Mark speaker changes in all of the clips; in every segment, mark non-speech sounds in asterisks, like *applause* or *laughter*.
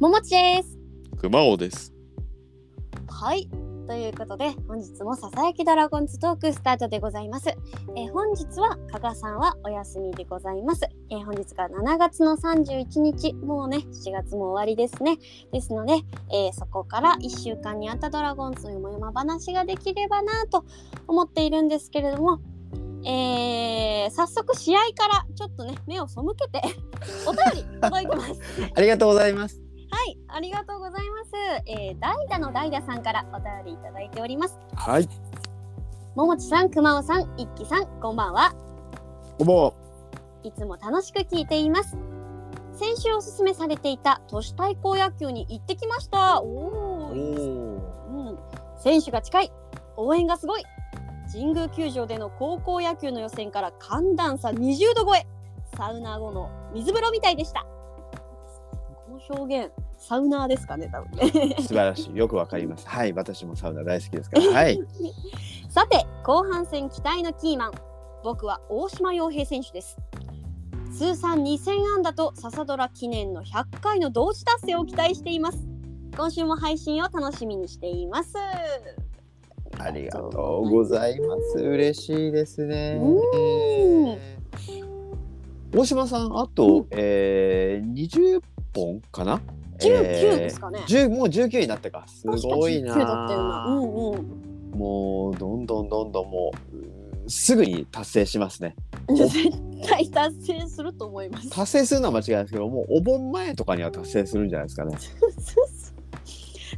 Speaker 1: ももちです。
Speaker 2: 熊尾です。
Speaker 1: はい。ということで、本日もささやきドラゴンズトークスタートでございます。えー本日は加賀さんはお休みでございます。えー本日が7月の31日、もうね、7月も終わりですね。ですので、えーそこから1週間にあったドラゴンズのよもやま話ができればなと思っているんですけれども、えー早速試合からちょっとね、目を背けて *laughs* お便り届いてます。
Speaker 3: ありがとうございます。
Speaker 1: はい、ありがとうございます。えー、代打の代打さんからお便りいただいております。
Speaker 3: はい、
Speaker 1: ももちさん、くまおさん、いっきさん、こんばんは。
Speaker 3: こんばんは。
Speaker 1: いつも楽しく聞いています。先週おすすめされていた都市対抗野球に行ってきました。おお、いいですねうん、選手が近い応援がすごい神宮球場での高校野球の予選から寒暖差20度超えサウナ後の水風呂みたいでしたこの表現サウナーですかね多分ね
Speaker 3: 素晴らしい。よくわかります。はい、私もサウナ大好きで
Speaker 1: *laughs*
Speaker 3: すから。はい。
Speaker 1: さて後半戦期待のキーマン僕は大島洋平選手です通算2000安打と笹ドラ記念の100回の同時達成を期待しています今週も配信を楽しみにしています
Speaker 3: ありがとうございます。嬉しいですね
Speaker 1: うん。
Speaker 3: 大島さん、あと、えー、20本かな
Speaker 1: 19ですかね、
Speaker 3: えー10もう19になったか。すごいな
Speaker 1: 確か19だったようなうんうん
Speaker 3: もう、どんどんどんどんもううん、すぐに達成しますね。
Speaker 1: 絶対達成すると思います。 *laughs*
Speaker 3: 達成するのは間違いないですけど、もうお盆前とかには達成するんじゃないですかね。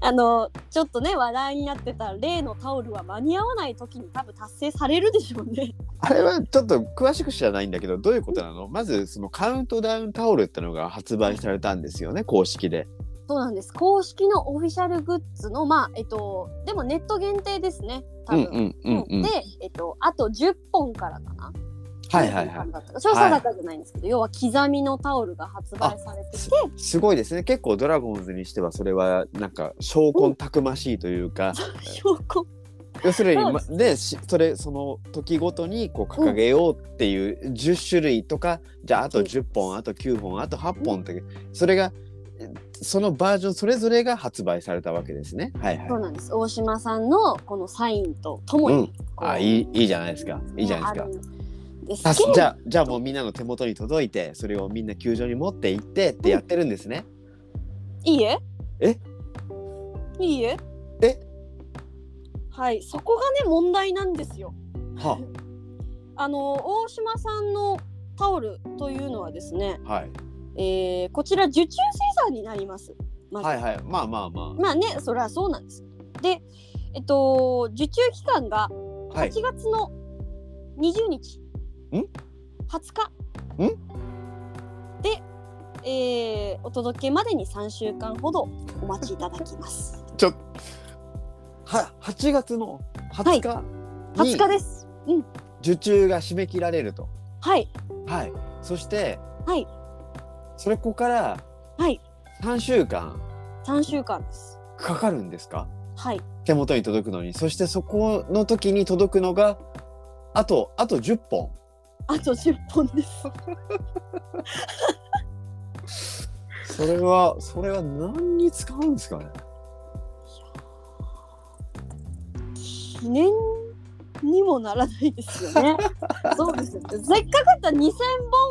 Speaker 1: あのちょっとね話題になってた例のタオルは間に合わない時に多分達成されるでしょうね。
Speaker 3: あれはちょっと詳しく知らないんだけどどういうことなのまずそのカウントダウンタオルってのが発売されたんですよね公式で
Speaker 1: そうなんです。公式のオフィシャルグッズのまあえっとでもネット限定ですね。多分。
Speaker 3: んうんうん
Speaker 1: でえっとあと10本からかな。
Speaker 3: はいはいはい
Speaker 1: 10本からだったか詳細だったじゃないんですけど、要は刻みのタオルが発売されてて、
Speaker 3: すごいですね結構ドラゴンズにしてはそれはなんか証拠たくましいという
Speaker 1: *laughs*
Speaker 3: か、
Speaker 1: 証拠
Speaker 3: 要するに、
Speaker 1: そう
Speaker 3: ま、でしそれその時ごとにこう掲げようっていう10種類とか、じゃああと10本あと9本あと8本って、それがえそのバージョンそれぞれが発売されたわけですねはいはい
Speaker 1: そうなんです。大島さんのこのサインととも
Speaker 3: う
Speaker 1: に、
Speaker 3: んあいいいいじゃないですかいいじゃないですか
Speaker 1: あるんです
Speaker 3: さす
Speaker 1: けど
Speaker 3: じゃあじゃあもうみんなの手元に届いてそれをみんな球場に持って行ってってやってるんですね。
Speaker 1: いいえ
Speaker 3: え
Speaker 1: いいえ
Speaker 3: え
Speaker 1: はいそこがね問題なんですよ
Speaker 3: は
Speaker 1: あの大島さんのタオルというのはですね、
Speaker 3: はい
Speaker 1: えーこちら受注生産になりますまず
Speaker 3: はいはいまあまあま
Speaker 1: まあねそれはそうなんですでえっと受注期間が
Speaker 3: あはい
Speaker 1: 8月の20日、
Speaker 3: ん
Speaker 1: ?20 日で、えーお届けまでに3週間ほどお待ちいただきます。
Speaker 3: は8月の20日に
Speaker 1: 20日です。うん、
Speaker 3: 受注が締め切られると。
Speaker 1: はい、
Speaker 3: はい、そして、
Speaker 1: はい、
Speaker 3: それここから
Speaker 1: はい、
Speaker 3: 3週間
Speaker 1: 3週間です。
Speaker 3: かかるんですか
Speaker 1: はい、
Speaker 3: 手元に届くのにそしてそこの時に届くのがあとあと10本。
Speaker 1: あと10本です。
Speaker 3: それはそれは何に使うんですかね
Speaker 1: 記念にもならないですよね。そうですよ。せっかくだったら2000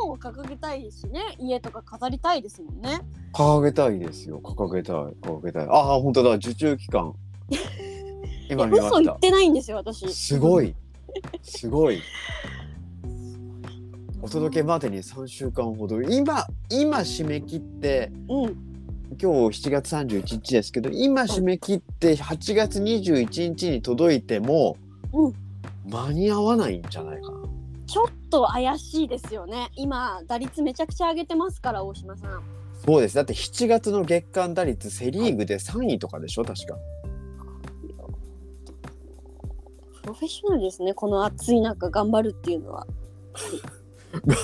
Speaker 1: 本を掲げたいしね、家とか飾りたいですもんね。
Speaker 3: 掲げたいですよ掲げたい掲げたいああ本当だ受注期 *laughs* 間
Speaker 1: い
Speaker 3: 今
Speaker 1: や
Speaker 3: 見ま
Speaker 1: 嘘
Speaker 3: し
Speaker 1: 言ったてないんですよ、私。
Speaker 3: すごいすご *laughs* いお届けまでに3週間ほど今今締め切って
Speaker 1: うん、
Speaker 3: 今日7月31日ですけど今締め切って8月21日に届いても、
Speaker 1: うん
Speaker 3: 間に合わないんじゃないかな
Speaker 1: ちょっと怪しいですよね。今打率めちゃくちゃ上げてますから大島さん。
Speaker 3: そうですだって7月の月間打率セ・リーグで3位とかでしょ確か
Speaker 1: プロフェッショナルですね。この暑い中頑張るっていうのは。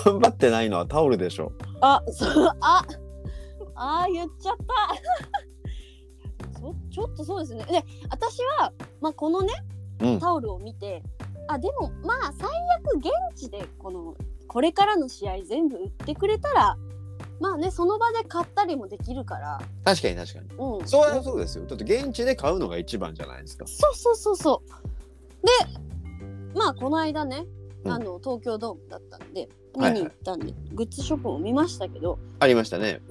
Speaker 3: 頑張ってないのはタオルでしょ
Speaker 1: あ、そう、あ、あー言っちゃった。 *laughs* そちょっとそうですね。で、私はまあこのね
Speaker 3: うん
Speaker 1: タオルを見て、あでもまあ最悪現地でこのこれからの試合全部売ってくれたらまあねその場で買ったりもできるから、
Speaker 3: 確かに確かに
Speaker 1: うん、
Speaker 3: それはそうですよだって現地で買うのが一番じゃないですか
Speaker 1: そうそうそうそうでまあこの間ね
Speaker 3: うん
Speaker 1: あの東京ドームだったんで
Speaker 3: は
Speaker 1: 見に
Speaker 3: いはい
Speaker 1: 行ったんで、グッズショップも見ましたけど
Speaker 3: ありましたね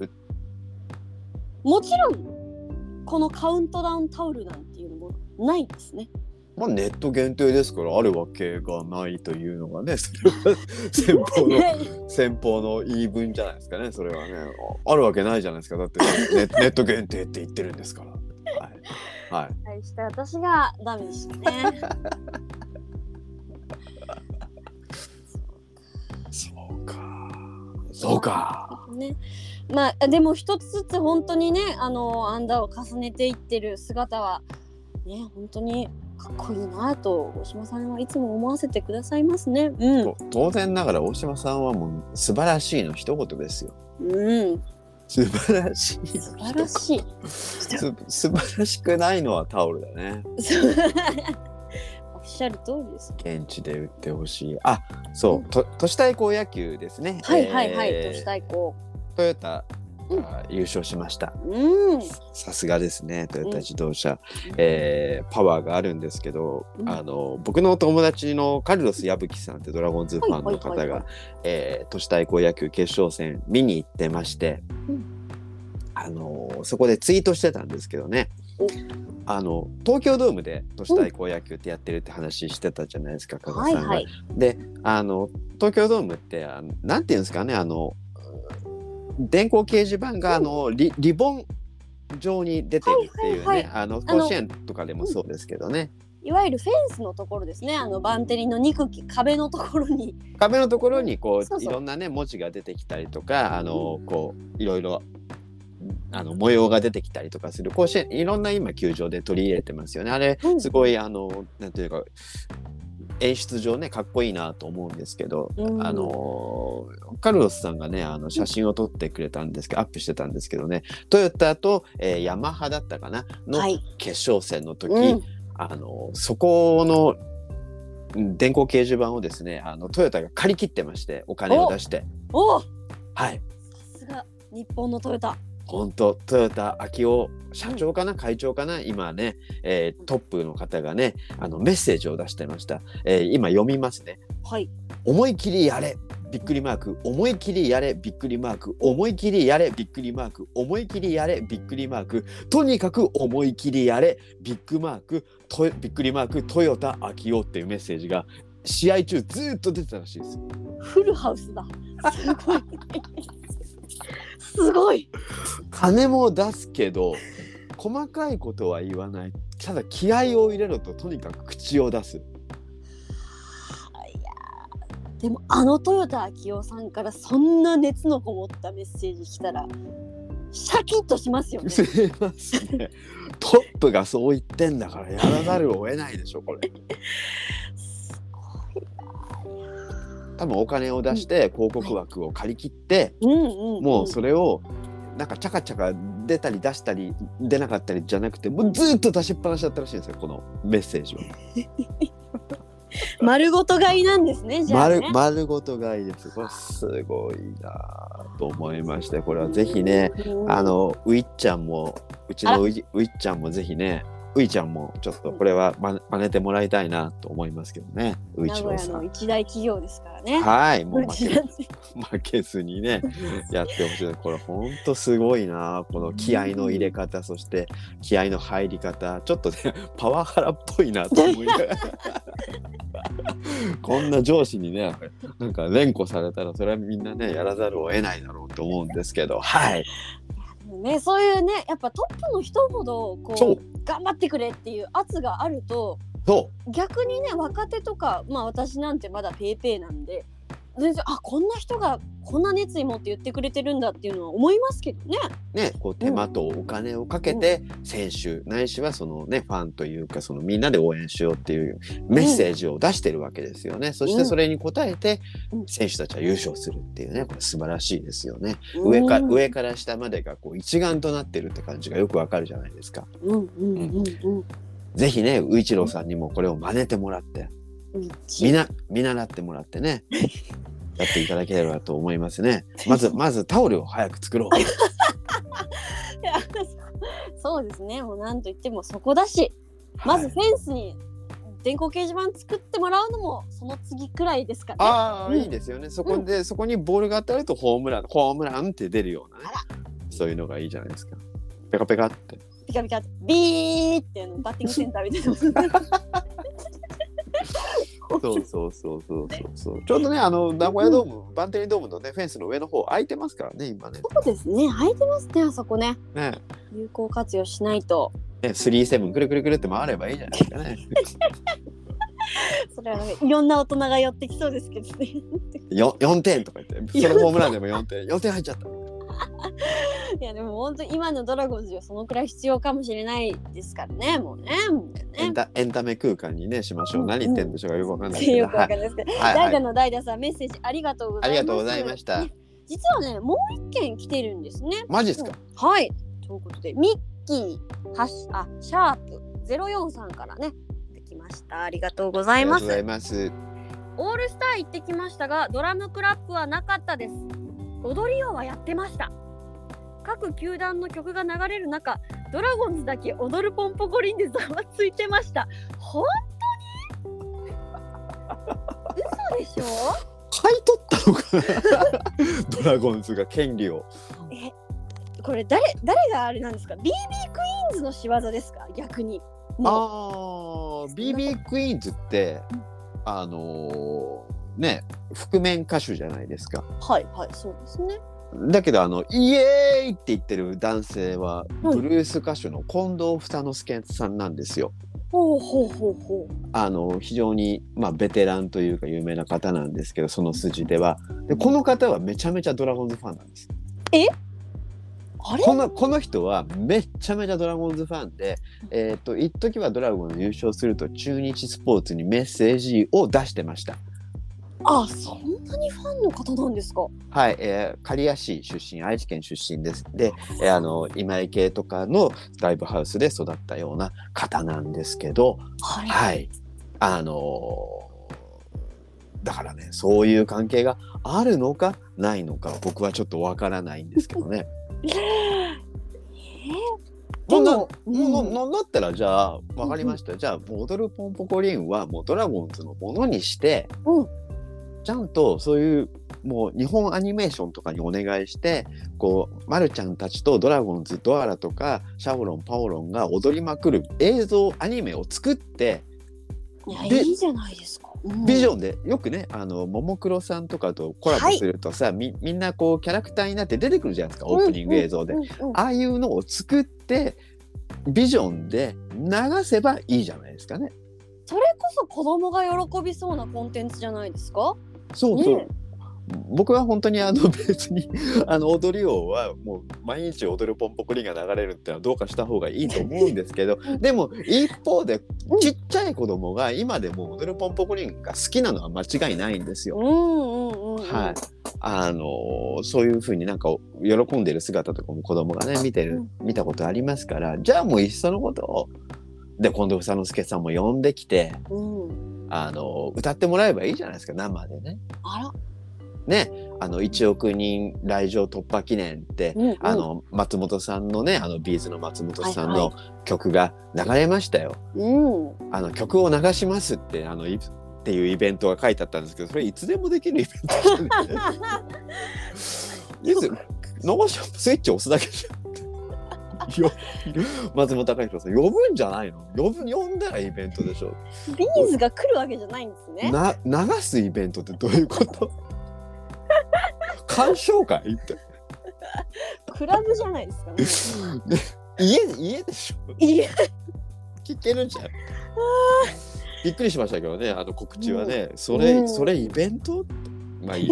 Speaker 3: う
Speaker 1: もちろんこのカウントダウンタオルなんていうのもないですね。
Speaker 3: まあネット限定ですからあるわけがないというのがね *laughs* それは先方
Speaker 1: *laughs*
Speaker 3: の
Speaker 1: ね
Speaker 3: 先方の言い分じゃないですかねそれはねああるわけないじゃないですかだってネネット限定って言ってるんですからはい、はい、
Speaker 1: 対して私がダメでしたね。
Speaker 3: *laughs* そうかそうか
Speaker 1: ね、まあでも一つずつ本当にねあのアンダーを重ねていってる姿はね本当にかっこいいなと大島さんはいつも思わせてくださいますね。うん、
Speaker 3: と当然ながら大島さんはもう素晴らしいの一言ですよ
Speaker 1: うん、
Speaker 3: 素晴らしいの一
Speaker 1: 素
Speaker 3: 言
Speaker 1: 晴らしい。 *laughs*
Speaker 3: す素晴らしくないのはタオルだね
Speaker 1: そうおっしゃる通りです。
Speaker 3: 現地で売ってほしいあそうと都市対抗野球ですね
Speaker 1: はいはいはい、
Speaker 3: えー
Speaker 1: 都市対抗。
Speaker 3: トヨタ
Speaker 1: うん
Speaker 3: が優勝しました、
Speaker 1: うん、
Speaker 3: さすがですねトヨ
Speaker 1: うん
Speaker 3: タ自動車、えーパワーがあるんですけど、
Speaker 1: うん
Speaker 3: あの僕のお友達のカルロス矢吹さんってドラゴンズファンの
Speaker 1: はいは
Speaker 3: 方
Speaker 1: いはいは
Speaker 3: が、えー都市対抗野球決勝戦見に行ってまして、
Speaker 1: うん
Speaker 3: あのそこでツイートしてたんですけどね
Speaker 1: お
Speaker 3: あの東京ドームで都市対抗野球ってやってるって話してたじゃないですか加賀
Speaker 1: は
Speaker 3: さ
Speaker 1: い
Speaker 3: んが。
Speaker 1: はい。
Speaker 3: であの東京ドームってあのなんていうんですかねあの電光掲示板があのリリボン状に出てるっていうね、
Speaker 1: はいはい
Speaker 3: あの甲子園とかでもそうですけどね
Speaker 1: いわゆるフェンスのところですね。あのバンテリンの肉き壁のところに。
Speaker 3: 壁のところにこう
Speaker 1: そうそう
Speaker 3: いろんなね文字が出てきたりとかあのこういろいろあの模様が出てきたりとかする甲子園いろんな今球場で取り入れてますよねあれ
Speaker 1: うん
Speaker 3: すごいあのなんていうか演出上ねかっこいいなと思うんですけど
Speaker 1: うん
Speaker 3: あのーカルロスさんがねあの写真を撮ってくれたんですけどアップしてたんですけどねトヨタと、えーヤマハだったかなの
Speaker 1: はい。
Speaker 3: 決勝戦の時、
Speaker 1: うん。
Speaker 3: あのーそこのうん電光掲示板をですねあのトヨタが借り切ってましてお金を出して
Speaker 1: おお、さ
Speaker 3: はい
Speaker 1: すが日本のトヨタ。
Speaker 3: 本当トヨタ秋夫社長かな会長かな今ね、えートップの方がねあのメッセージを出してました、えー今読みますね
Speaker 1: はい。
Speaker 3: 思い切りやれびっくりマーク思い切りやれびっくりマーク思い切りやれびっくりマーク思い切りやれびっくりマークとにかく思い切りやれビッグマークとびっくりマークトヨタ秋夫っていうメッセージが試合中ずーっと出てたらしいです
Speaker 1: フルハウスだ。すごい。すごい。
Speaker 3: 金も出すけど細かいことは言わないただ気合を入れろととにかく口を出す
Speaker 1: でもあのトヨタ昭夫さんからそんな熱のこもったメッセージ来たらシャキッとしますよね。
Speaker 3: *laughs* すいませんねトップがそう言ってんだからやらざるを得ないでしょこれ
Speaker 1: す
Speaker 3: 多分お金を出して広告枠を借り切って、
Speaker 1: ごいうんうん。
Speaker 3: もうそれをなんかチャカチャカ出たり出したり出なかったりじゃなくてもうずっと出しっぱなしだったらしいんですよこのメッセージは、
Speaker 1: 丸ごと買いなんですね。じゃあね。
Speaker 3: 丸丸ごと買いですこれすごいなぁと思いましてこれはぜひね、
Speaker 1: うん
Speaker 3: あのういっちゃんもうち
Speaker 1: あら
Speaker 3: のういういっちゃんもぜひねういちゃんもちょっとこれはま真似てもらいたいなと思いますけどねうい
Speaker 1: 名
Speaker 3: ち
Speaker 1: 古
Speaker 3: ろう
Speaker 1: 屋
Speaker 3: さ
Speaker 1: の
Speaker 3: ん
Speaker 1: 一大企業ですからね。
Speaker 3: はいもう
Speaker 1: う
Speaker 3: 負
Speaker 1: ち
Speaker 3: け
Speaker 1: なんて
Speaker 3: 負けずにねやってほしいこれほんとすごいなこの気合の入れ方そして気合の入り方ちょっとね *laughs* パワハラっぽいなと思いながらこんな上司にねなんか連呼されたらそれはみんなねやらざるを得ないだろうと思うんですけどはい
Speaker 1: *laughs* ね、そういうねやっぱトップの人ほど
Speaker 3: そう
Speaker 1: こう頑張ってくれっていう圧があると
Speaker 3: そ
Speaker 1: 逆にね若手とかまあ私なんてまだペーペーなんで全然あこんな人がこんな熱意持って言ってくれてるんだっていうのは思いますけどね。
Speaker 3: うねこう手間とお金をかけて選手ないしはそのねファンというかそのみんなで応援しようっていうメッセージを出してるわけですよねそしてそれに応えて
Speaker 1: うん
Speaker 3: 選手たちは優勝するっていうねこれ素晴らしいですよね。上か
Speaker 1: うん
Speaker 3: 上から下までがこう一丸となってるって感じがよくわかるじゃないですか。
Speaker 1: うんうんうん
Speaker 3: ぜひね、ういちろうさんにもこれを真似てもらって、
Speaker 1: うん。 *laughs*
Speaker 3: みな見習ってもらってね。やっていただければと思いますね。ま
Speaker 1: *laughs*
Speaker 3: ず、まずタオルを早く作ろう。
Speaker 1: いや *laughs* そうですねもうなんといってもそこだし *laughs* まず
Speaker 3: はい
Speaker 1: フェンスに電光掲示板作ってもらうのもその次くらいですかね。
Speaker 3: ああ、
Speaker 1: うん
Speaker 3: いいですよね。そこで、そこにボールが当たるとホームラン、ホームランって出るようなね。そういうのがいいじゃないですか。ペカペカ *laughs* って。
Speaker 1: ピカピカビーってあのバッティングセンターみたいなもんね。
Speaker 3: そうそうそうそうそうそう。ちょうどね、あの名古屋ドーム、バンテリンドームのね、フェンスの上の方空いてますからね、今ね。
Speaker 1: そうですね空いてますねあそこね
Speaker 3: ね、
Speaker 1: 有効活用しないと
Speaker 3: ね、スリーセブンくるくるくるって回ればいいじゃないですかね。
Speaker 1: それはなんかいろんな大人が寄ってきそうですけどね。
Speaker 3: よ、四点とか言って、そのホームランでも四点、四点入っちゃった。
Speaker 1: いやでも本当今のドラゴンズはそのくらい必要かもしれないですからねもうねもう
Speaker 3: エ
Speaker 1: ね
Speaker 3: ン。タ、エンタメ空間にね、しましょ
Speaker 1: う
Speaker 3: う。
Speaker 1: ん
Speaker 3: 何言ってんでしょうか、よくわかんないけ
Speaker 1: よ
Speaker 3: ど。
Speaker 1: くわかんな
Speaker 3: は
Speaker 1: いですけど
Speaker 3: い、は
Speaker 1: 代
Speaker 3: い、は
Speaker 1: 打
Speaker 3: い。
Speaker 1: の代打さんメッセージありがとうござ
Speaker 3: あ
Speaker 1: います。
Speaker 3: りがとうございました。
Speaker 1: 実はねもう一件来てるんですね。
Speaker 3: マジですか。
Speaker 1: はい。ということでミッキーはしあシャープゼロ四さんからねできました。ありがとうござ
Speaker 3: あ
Speaker 1: い
Speaker 3: りが
Speaker 1: ま
Speaker 3: と
Speaker 1: す
Speaker 3: うご。ざいます。
Speaker 1: オールスター行ってきましたがドラムクラップはなかったです踊りをはやってました各球団の曲が流れる中ドラゴンズだけ踊るポンポコリンでざわついてました本当に嘘でしょ
Speaker 3: 買い取ったのかな。ドラゴンズが権利を。
Speaker 1: *laughs* これ誰誰があれなんですか BB クイーンズの仕業ですか逆にも
Speaker 3: あ *laughs* あ、BB クイーンズって、あのーね、覆面歌手じゃないですか。
Speaker 1: うはいはいそうですね
Speaker 3: だけど、あの、イエーイって言ってる男性は、
Speaker 1: はい
Speaker 3: ブルース歌手の近藤二之助さんなんですよ。
Speaker 1: ほうほうほうほう
Speaker 3: あの、非常に、まあ、ベテランというか有名な方なんですけど、その筋では。で、この方はめちゃめちゃドラゴンズファンなんです。
Speaker 1: あれ
Speaker 3: このこの人はめっちゃめちゃドラゴンズファンで、えー、と一時はドラゴンズ優勝すると中日スポーツにメッセージを出してました。
Speaker 1: あそんなにファンの方なんですか
Speaker 3: はい、えー、刈谷市出身愛知県出身ですで、えーあの今池とかのライブハウスで育ったような方なんですけど
Speaker 1: あれ
Speaker 3: はいあのーだからねそういう関係があるのかないのか僕はちょっとわからないんですけどね。
Speaker 1: でも
Speaker 3: なも
Speaker 1: う
Speaker 3: う
Speaker 1: ん
Speaker 3: なななったらじゃあ分かりました、じゃあボドルポンポコリンはもうドラゴンズのものにして、
Speaker 1: うん
Speaker 3: ちゃんとそういうもう日本アニメーションとかにお願いしてこう、ま、るちゃんたちとドラゴンズドアラとかシャオロンパオロンが踊りまくる映像アニメを作って
Speaker 1: いや
Speaker 3: で
Speaker 1: いいじゃないですか、うん
Speaker 3: ビジョンでよくねあのももクロさんとかとコラボするとさ、みみんなこうキャラクターになって出てくるじゃないですかオープニング映像で。
Speaker 1: うんうんうん
Speaker 3: ああいうのを作ってビジョンで流せばいいじゃないですかね。
Speaker 1: それこそ子供が喜びそうなコンテンツじゃないですか。
Speaker 3: そうそう。
Speaker 1: ね
Speaker 3: 僕は本当にあの *laughs* 別にあの踊り王はもう毎日踊るポンポコリンが流れるってのはどうかした方がいいと思うんですけど
Speaker 1: うん
Speaker 3: でも一方で
Speaker 1: うん
Speaker 3: ちっちゃい子供が今でも踊るポンポコリンが好きなのは間違いないんですよ。
Speaker 1: うんうんうん。
Speaker 3: はい。、あのーそういうふうになんか喜んでる姿とかも子供がね見てる見たことありますからじゃあもういっそのことをで近藤房之助さんも呼んできて、
Speaker 1: うん。
Speaker 3: あのー歌ってもらえばいいじゃないですか生でね。
Speaker 1: あら。
Speaker 3: ねあの1億人来場突破記念って、
Speaker 1: うんうん
Speaker 3: あの松本さんのねあのビーズの松本さん
Speaker 1: はい
Speaker 3: の曲が流れましたよ。
Speaker 1: うん。
Speaker 3: あの曲を流しますってあのいっていうイベントが書いてあったんですけどそれいつでもできるイベントじゃないいつ流しスイッチ押すだけじゃんよ松本隆弘さん呼ぶんじゃないの呼ぶ呼んだらイベントでしょ、
Speaker 1: ビーズが来るわけじゃないんですね。
Speaker 3: な流すイベントってどういうこと鑑賞会って
Speaker 1: クラブじゃないですかね。
Speaker 3: 家家でし *laughs* ょ
Speaker 1: いや
Speaker 3: 聞けるじゃんびっくりしましたけどねあの告知はね、そうれ
Speaker 1: ん
Speaker 3: それイベントまあいい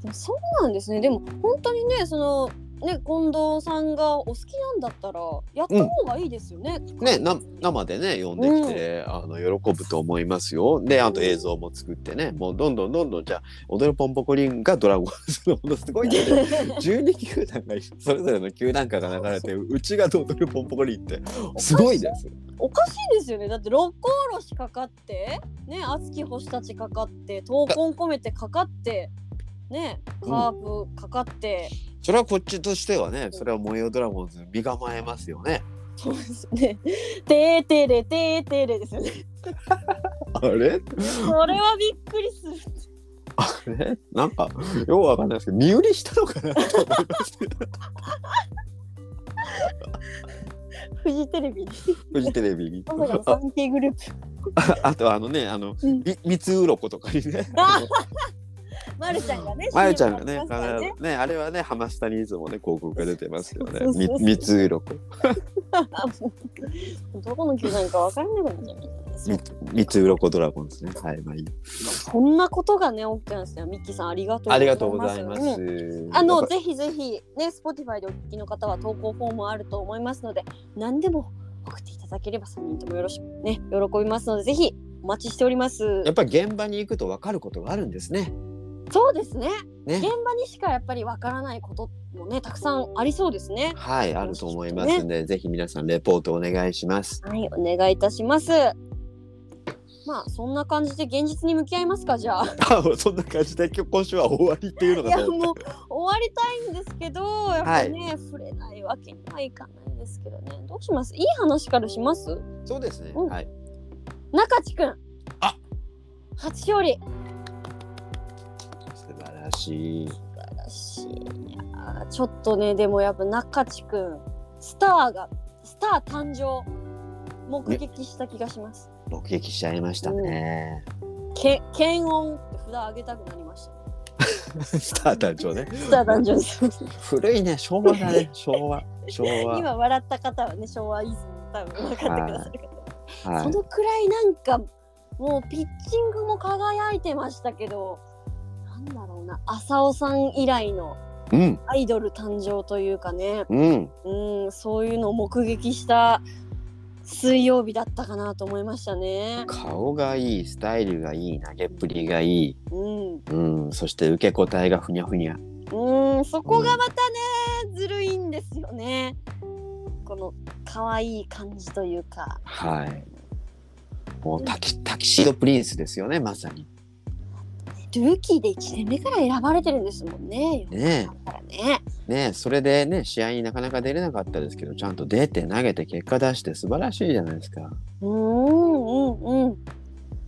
Speaker 1: でもそうなんですね。でも本当にね、そのね近藤さんがお好きなんだったらやった方がいいですよね。
Speaker 3: ね、な生でね読んできて、あの喜ぶと思いますよであと
Speaker 1: うん
Speaker 3: 映像も作ってねもうどんどんどんどんじゃあ「踊るポンポコリン」がドラゴンズのものすごいね
Speaker 1: *laughs*
Speaker 3: 12球団がそれぞれの球団歌が流れてうちが「踊るポンポコリン」ってすごいです。
Speaker 1: おかしいですよねだって六甲おろしかかってね熱き星たちかかって闘魂込めてかかってねカープかかって、
Speaker 3: それはこっちとしてはねそれは「燃えよドラゴンズ」身構えますよね。
Speaker 1: そうですね「てーてーれてーてーれ」ですよね。
Speaker 3: あれ
Speaker 1: それはびっくりする。
Speaker 3: あれなんかようわかんないですけど身売りしたのかなと思いますけど
Speaker 1: フジテレビ
Speaker 3: フジテレビに。
Speaker 1: まさかのサンテグルー
Speaker 3: *laughs*
Speaker 1: プ
Speaker 3: ああとあのねあの、
Speaker 1: うん
Speaker 3: み三つ鱗とかにね。
Speaker 1: あまるちゃんがね
Speaker 3: まゆちゃん
Speaker 1: *laughs*
Speaker 3: がね
Speaker 1: CM やってますからね
Speaker 3: あのねあれはねハマスタにいつもね広告が出てますよ
Speaker 1: そう
Speaker 3: ね
Speaker 1: そうそう
Speaker 3: み三つ鱗
Speaker 1: どこの球団かわからなくなっちゃいましたねそう
Speaker 3: み三つ鱗ドラゴンですねはいまあいい
Speaker 1: そんなことがね起きたんですよミッキーさんありがとう
Speaker 3: ありがとうございます、
Speaker 1: うんあの
Speaker 3: やっぱ
Speaker 1: ぜひぜひね Spotify でお聞きの方は投稿フォームあると思いますので何でも送っていただければ3人ともよろしくね喜びますのでぜひお待ちしております
Speaker 3: やっぱり現場に行くと分かることがあるんですね
Speaker 1: そうですね
Speaker 3: ね
Speaker 1: 現場にしかやっぱりわからないこともねたくさんありそうですね
Speaker 3: はいあると思いますんで、ぜひ皆さんレポートお願いします *laughs*
Speaker 1: はいお願いいたしますまあそんな感じで現実に向き合いますかじゃあ
Speaker 3: あそんな感じで今日今週は終わりっていうの
Speaker 1: *laughs* い
Speaker 3: が
Speaker 1: や
Speaker 3: どう
Speaker 1: もう終わりたいんですけどやっぱね、触れないわけにはいかないですけどねどうしますいい話からします
Speaker 3: *laughs* そうですね、
Speaker 1: うん
Speaker 3: はい
Speaker 1: 中地くん
Speaker 3: あ
Speaker 1: 初勝利
Speaker 3: 素晴らしい
Speaker 1: 素晴らしいいやーちょっとねでもやっぱ中地くんスターがスター誕生目撃した気がします
Speaker 3: 目撃しちゃいましたね、
Speaker 1: け検温って札上げたくなりました
Speaker 3: *laughs* スター誕生ね
Speaker 1: スター誕生です
Speaker 3: 古いね昭和だね昭和昭和
Speaker 1: 今笑った方はね昭和イズム多分分かってくださる方
Speaker 3: はい
Speaker 1: そのくらいなんかもうピッチングも輝いてましたけどなんだろうな浅尾さん以来の
Speaker 3: うん
Speaker 1: アイドル誕生というかね
Speaker 3: うん
Speaker 1: うんそういうのを目撃した水曜日だったかなと思いましたね。
Speaker 3: 顔がいいスタイルがいい投げっぷりがいい、
Speaker 1: うん、
Speaker 3: うん、そして受け答えがふにゃふにゃ
Speaker 1: うんそこがまたねずるいんですよね。この可愛い感じというか
Speaker 3: はいもうタキタキシードプリンスですよねまさに
Speaker 1: ルーキーで1年目から選ばれてるんですもんね。
Speaker 3: ね
Speaker 1: だからね。
Speaker 3: えねえそれでね試合になかなか出れなかったですけどちゃんと出て投げて結果出して素晴らしいじゃないですか
Speaker 1: うんうんうん。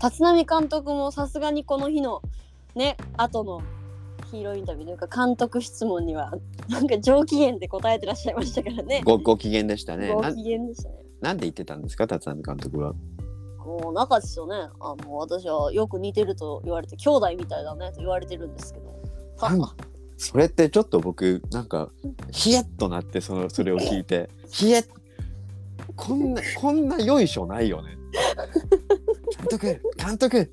Speaker 1: 立浪監督もさすがにこの日のね後のヒーローインタビューというか監督質問にはなんか上機嫌で答えてらっしゃいましたからね。
Speaker 3: ごご機嫌でしたね
Speaker 1: ご
Speaker 3: な
Speaker 1: 機嫌でしたね。
Speaker 3: なんで言ってたんですか立浪監督は
Speaker 1: もう中地とね、あの私はよく似てると言われて、兄弟みたいだねと言われてるんですけど。
Speaker 3: なんそれってちょっと僕なんかヒエッとなってそのそれを聞いてヒエッこんなこんなよいしょないよね監督監督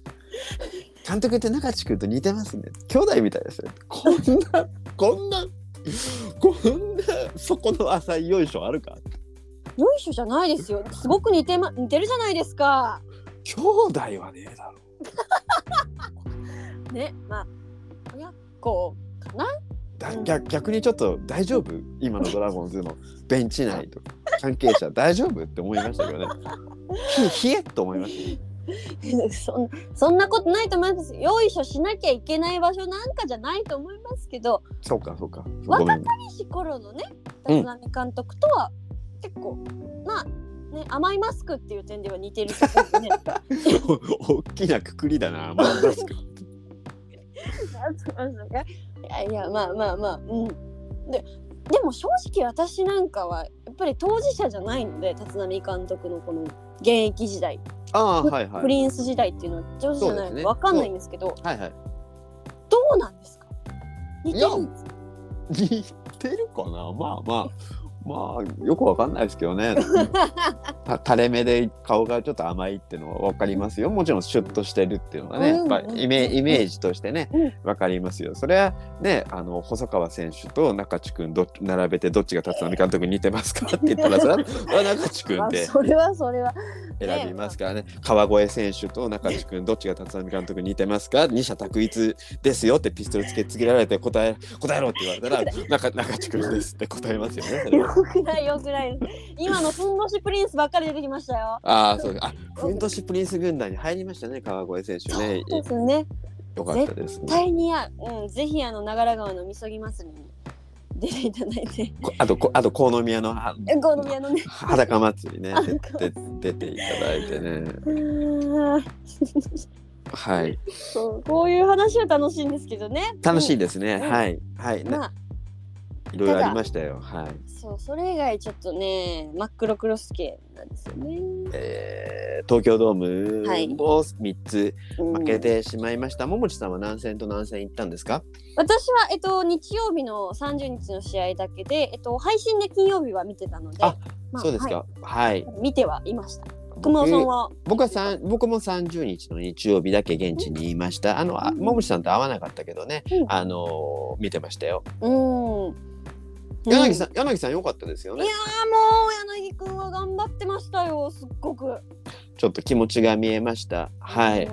Speaker 3: 監督って中地君と似てますね兄弟みたいですねこんなこんなこんなそこの浅いよいしょあるか
Speaker 1: よいしょじゃないですよ。すごく似てま、似てるじゃないですか。
Speaker 3: 兄弟はねえだろ
Speaker 1: ね、まあ、親子かな。
Speaker 3: だ逆逆にちょっと大丈夫今のドラゴンズのベンチ内とか関係者大丈夫って思いましたけどねひ冷えっと思いまし
Speaker 1: *laughs*
Speaker 3: た
Speaker 1: そんそんなことないと思いますよ。よいしょしなきゃいけない場所なんかじゃないと思いますけど、
Speaker 3: そうかそうか。
Speaker 1: 若
Speaker 3: ごめん
Speaker 1: 年頃のね、
Speaker 3: うん
Speaker 1: 立浪監督とは結構、まあ、ね、甘いマスクっていう点では似てるところでね。
Speaker 3: *laughs* お大きなくくりだな。まあ、確かに
Speaker 1: いやいやまあまあまあうんででも正直私なんかはやっぱり当事者じゃないので立浪監督のこの現役時代、
Speaker 3: ああはいは
Speaker 1: プ
Speaker 3: い。
Speaker 1: リンス時代っていうのは当事者じゃない
Speaker 3: そ
Speaker 1: の
Speaker 3: うです
Speaker 1: で
Speaker 3: ね
Speaker 1: 分かんないんですけど
Speaker 3: はいはい。
Speaker 1: どうなんですか似てるんですか
Speaker 3: *laughs* 似てるかな。まあまあまあよくわかんないですけどね。た垂れ目で顔がちょっと甘いっていうのは分かりますよもちろんシュッとしてるっていうのはね、
Speaker 1: うん
Speaker 3: やっぱイメイメージとしてね、
Speaker 1: うん
Speaker 3: 分かりますよそれはねあの細川選手と中地君どっ並べてどっちが立浪監督に似てますかって言ったらそれはそれは中地君
Speaker 1: あ
Speaker 3: で
Speaker 1: それはそれは
Speaker 3: 選びますからね川越選手と中地君どっちが立浪監督に似てますか二者択一ですよってピストルつけつけられて答え答えろって言われたら
Speaker 1: *laughs*
Speaker 3: 中中地君ですって答えますよねそれ
Speaker 1: よ *laughs*
Speaker 3: は。
Speaker 1: くないよくない今のふんどしプリンスばっかり出てきましたよ
Speaker 3: ああ、そうか。あ、ふんどしプリンス軍団に入りましたね、川越選手ね。
Speaker 1: そうですよね
Speaker 3: よかったですね。
Speaker 1: 対にや、うん、ぜひあの長良川のみそぎ祭りに出ていただいて
Speaker 3: こあと、こあと、鴻宮のは
Speaker 1: *laughs* え好み屋のね
Speaker 3: 裸祭りね
Speaker 1: あなん、か
Speaker 3: で出ていただいてね。
Speaker 1: うーん
Speaker 3: はい。
Speaker 1: そうこういう話は楽しいんですけどね
Speaker 3: 楽しいですね。
Speaker 1: うん
Speaker 3: はい。はい。
Speaker 1: ま
Speaker 3: な
Speaker 1: あ
Speaker 3: いろいろありましたよ。はい。
Speaker 1: そうそれ以外ちょっとね真っ黒クロスケなんですよね、
Speaker 3: えー東京ドーム
Speaker 1: はい
Speaker 3: を3つ
Speaker 1: うん
Speaker 3: 負けてしまいました。桃地さんは何戦と何戦行ったんですか
Speaker 1: 私は、えっと、日曜日の30日の試合だけで、えっと、配信で金曜日は見てたので、
Speaker 3: あ
Speaker 1: まあ
Speaker 3: そうです
Speaker 1: は
Speaker 3: か。はい。
Speaker 1: い見てはいました熊尾さんは、
Speaker 3: 僕はさん僕も30日の日曜日だけ現地にいました。あの、あ
Speaker 1: うん
Speaker 3: ももちさんと会わなかったけどね、
Speaker 1: うん
Speaker 3: あのー見てましたよ。
Speaker 1: うん
Speaker 3: 柳さ、
Speaker 1: うん
Speaker 3: 柳さん良かったですよ
Speaker 1: んい
Speaker 3: ね
Speaker 1: や。ーもう柳くんは頑張ってましたよすっごく
Speaker 3: ちょっと気持ちが見えました。はい。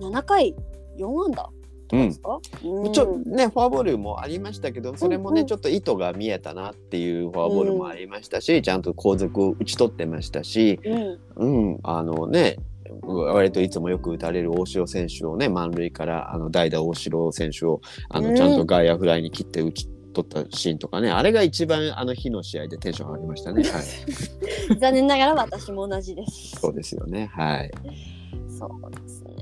Speaker 1: うん、7回4安打
Speaker 3: う
Speaker 1: で
Speaker 3: ん
Speaker 1: す。か、うん
Speaker 3: ちょね、フォアボールもありましたけどそれもね、
Speaker 1: うんうん
Speaker 3: ちょっと意図が見えたなっていうフォアボールもありましたし、ちゃんと後続を打ち取ってましたし、
Speaker 1: うん
Speaker 3: うん、あのね割といつもよく打たれる大城選手をね満塁からあの代打大城選手をあ
Speaker 1: うん
Speaker 3: のちゃんと外野フライに切って打ち取ったシーンとかねあれが一番あの日の試合でテンション上がりま *laughs* したね。はい、
Speaker 1: 残念ながら私も同じです
Speaker 3: そうですよね。はい。
Speaker 1: そうですね。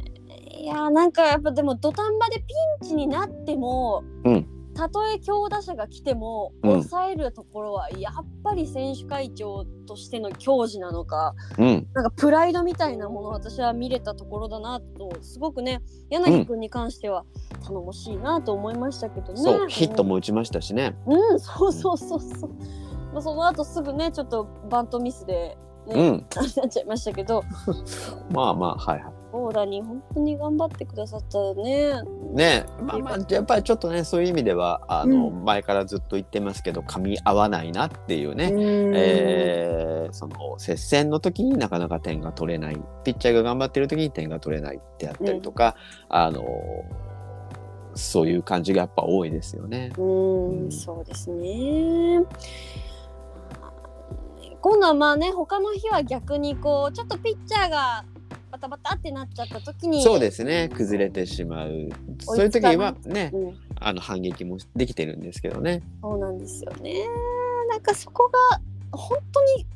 Speaker 1: いやーなんかやっぱでも土壇場でピンチになっても、
Speaker 3: うん
Speaker 1: たとえ強打者が来ても
Speaker 3: うん
Speaker 1: 抑えるところはやっぱり選手会長としての矜持なのか
Speaker 3: うん。
Speaker 1: なんかプライドみたいなものを私は見れたところだなとすごくね柳君に関しては頼もしいなと思いましたけどね。
Speaker 3: そう、ヒットも打ちましたしね。
Speaker 1: うん、そうそうそうそう。まあ、その後すぐねちょっとバントミスで、ね
Speaker 3: うん。
Speaker 1: なっちゃいましたけど
Speaker 3: まあまあ、はいはい。
Speaker 1: オーラに本当に頑張ってくださったね。
Speaker 3: ねまあまあ、やっぱりちょっとね、そういう意味では、あの、
Speaker 1: う
Speaker 3: 前からずっと言ってますけど、噛み合わないなっていうね。
Speaker 1: え
Speaker 3: えーその接戦の時になかなか点が取れないピッチャーが頑張ってる時に点が取れないってやったりとか、あのそういう感じがやっぱ多いですよね。
Speaker 1: うん、そうですね。今度はまあね他の日は逆にこうちょっとピッチャーがバタバタってなっちゃった時に
Speaker 3: そうですね崩れてしまうそういう時はね
Speaker 1: うん、
Speaker 3: あの反撃もできてるんですけどね
Speaker 1: そうなんですよね。なんかそこが本当に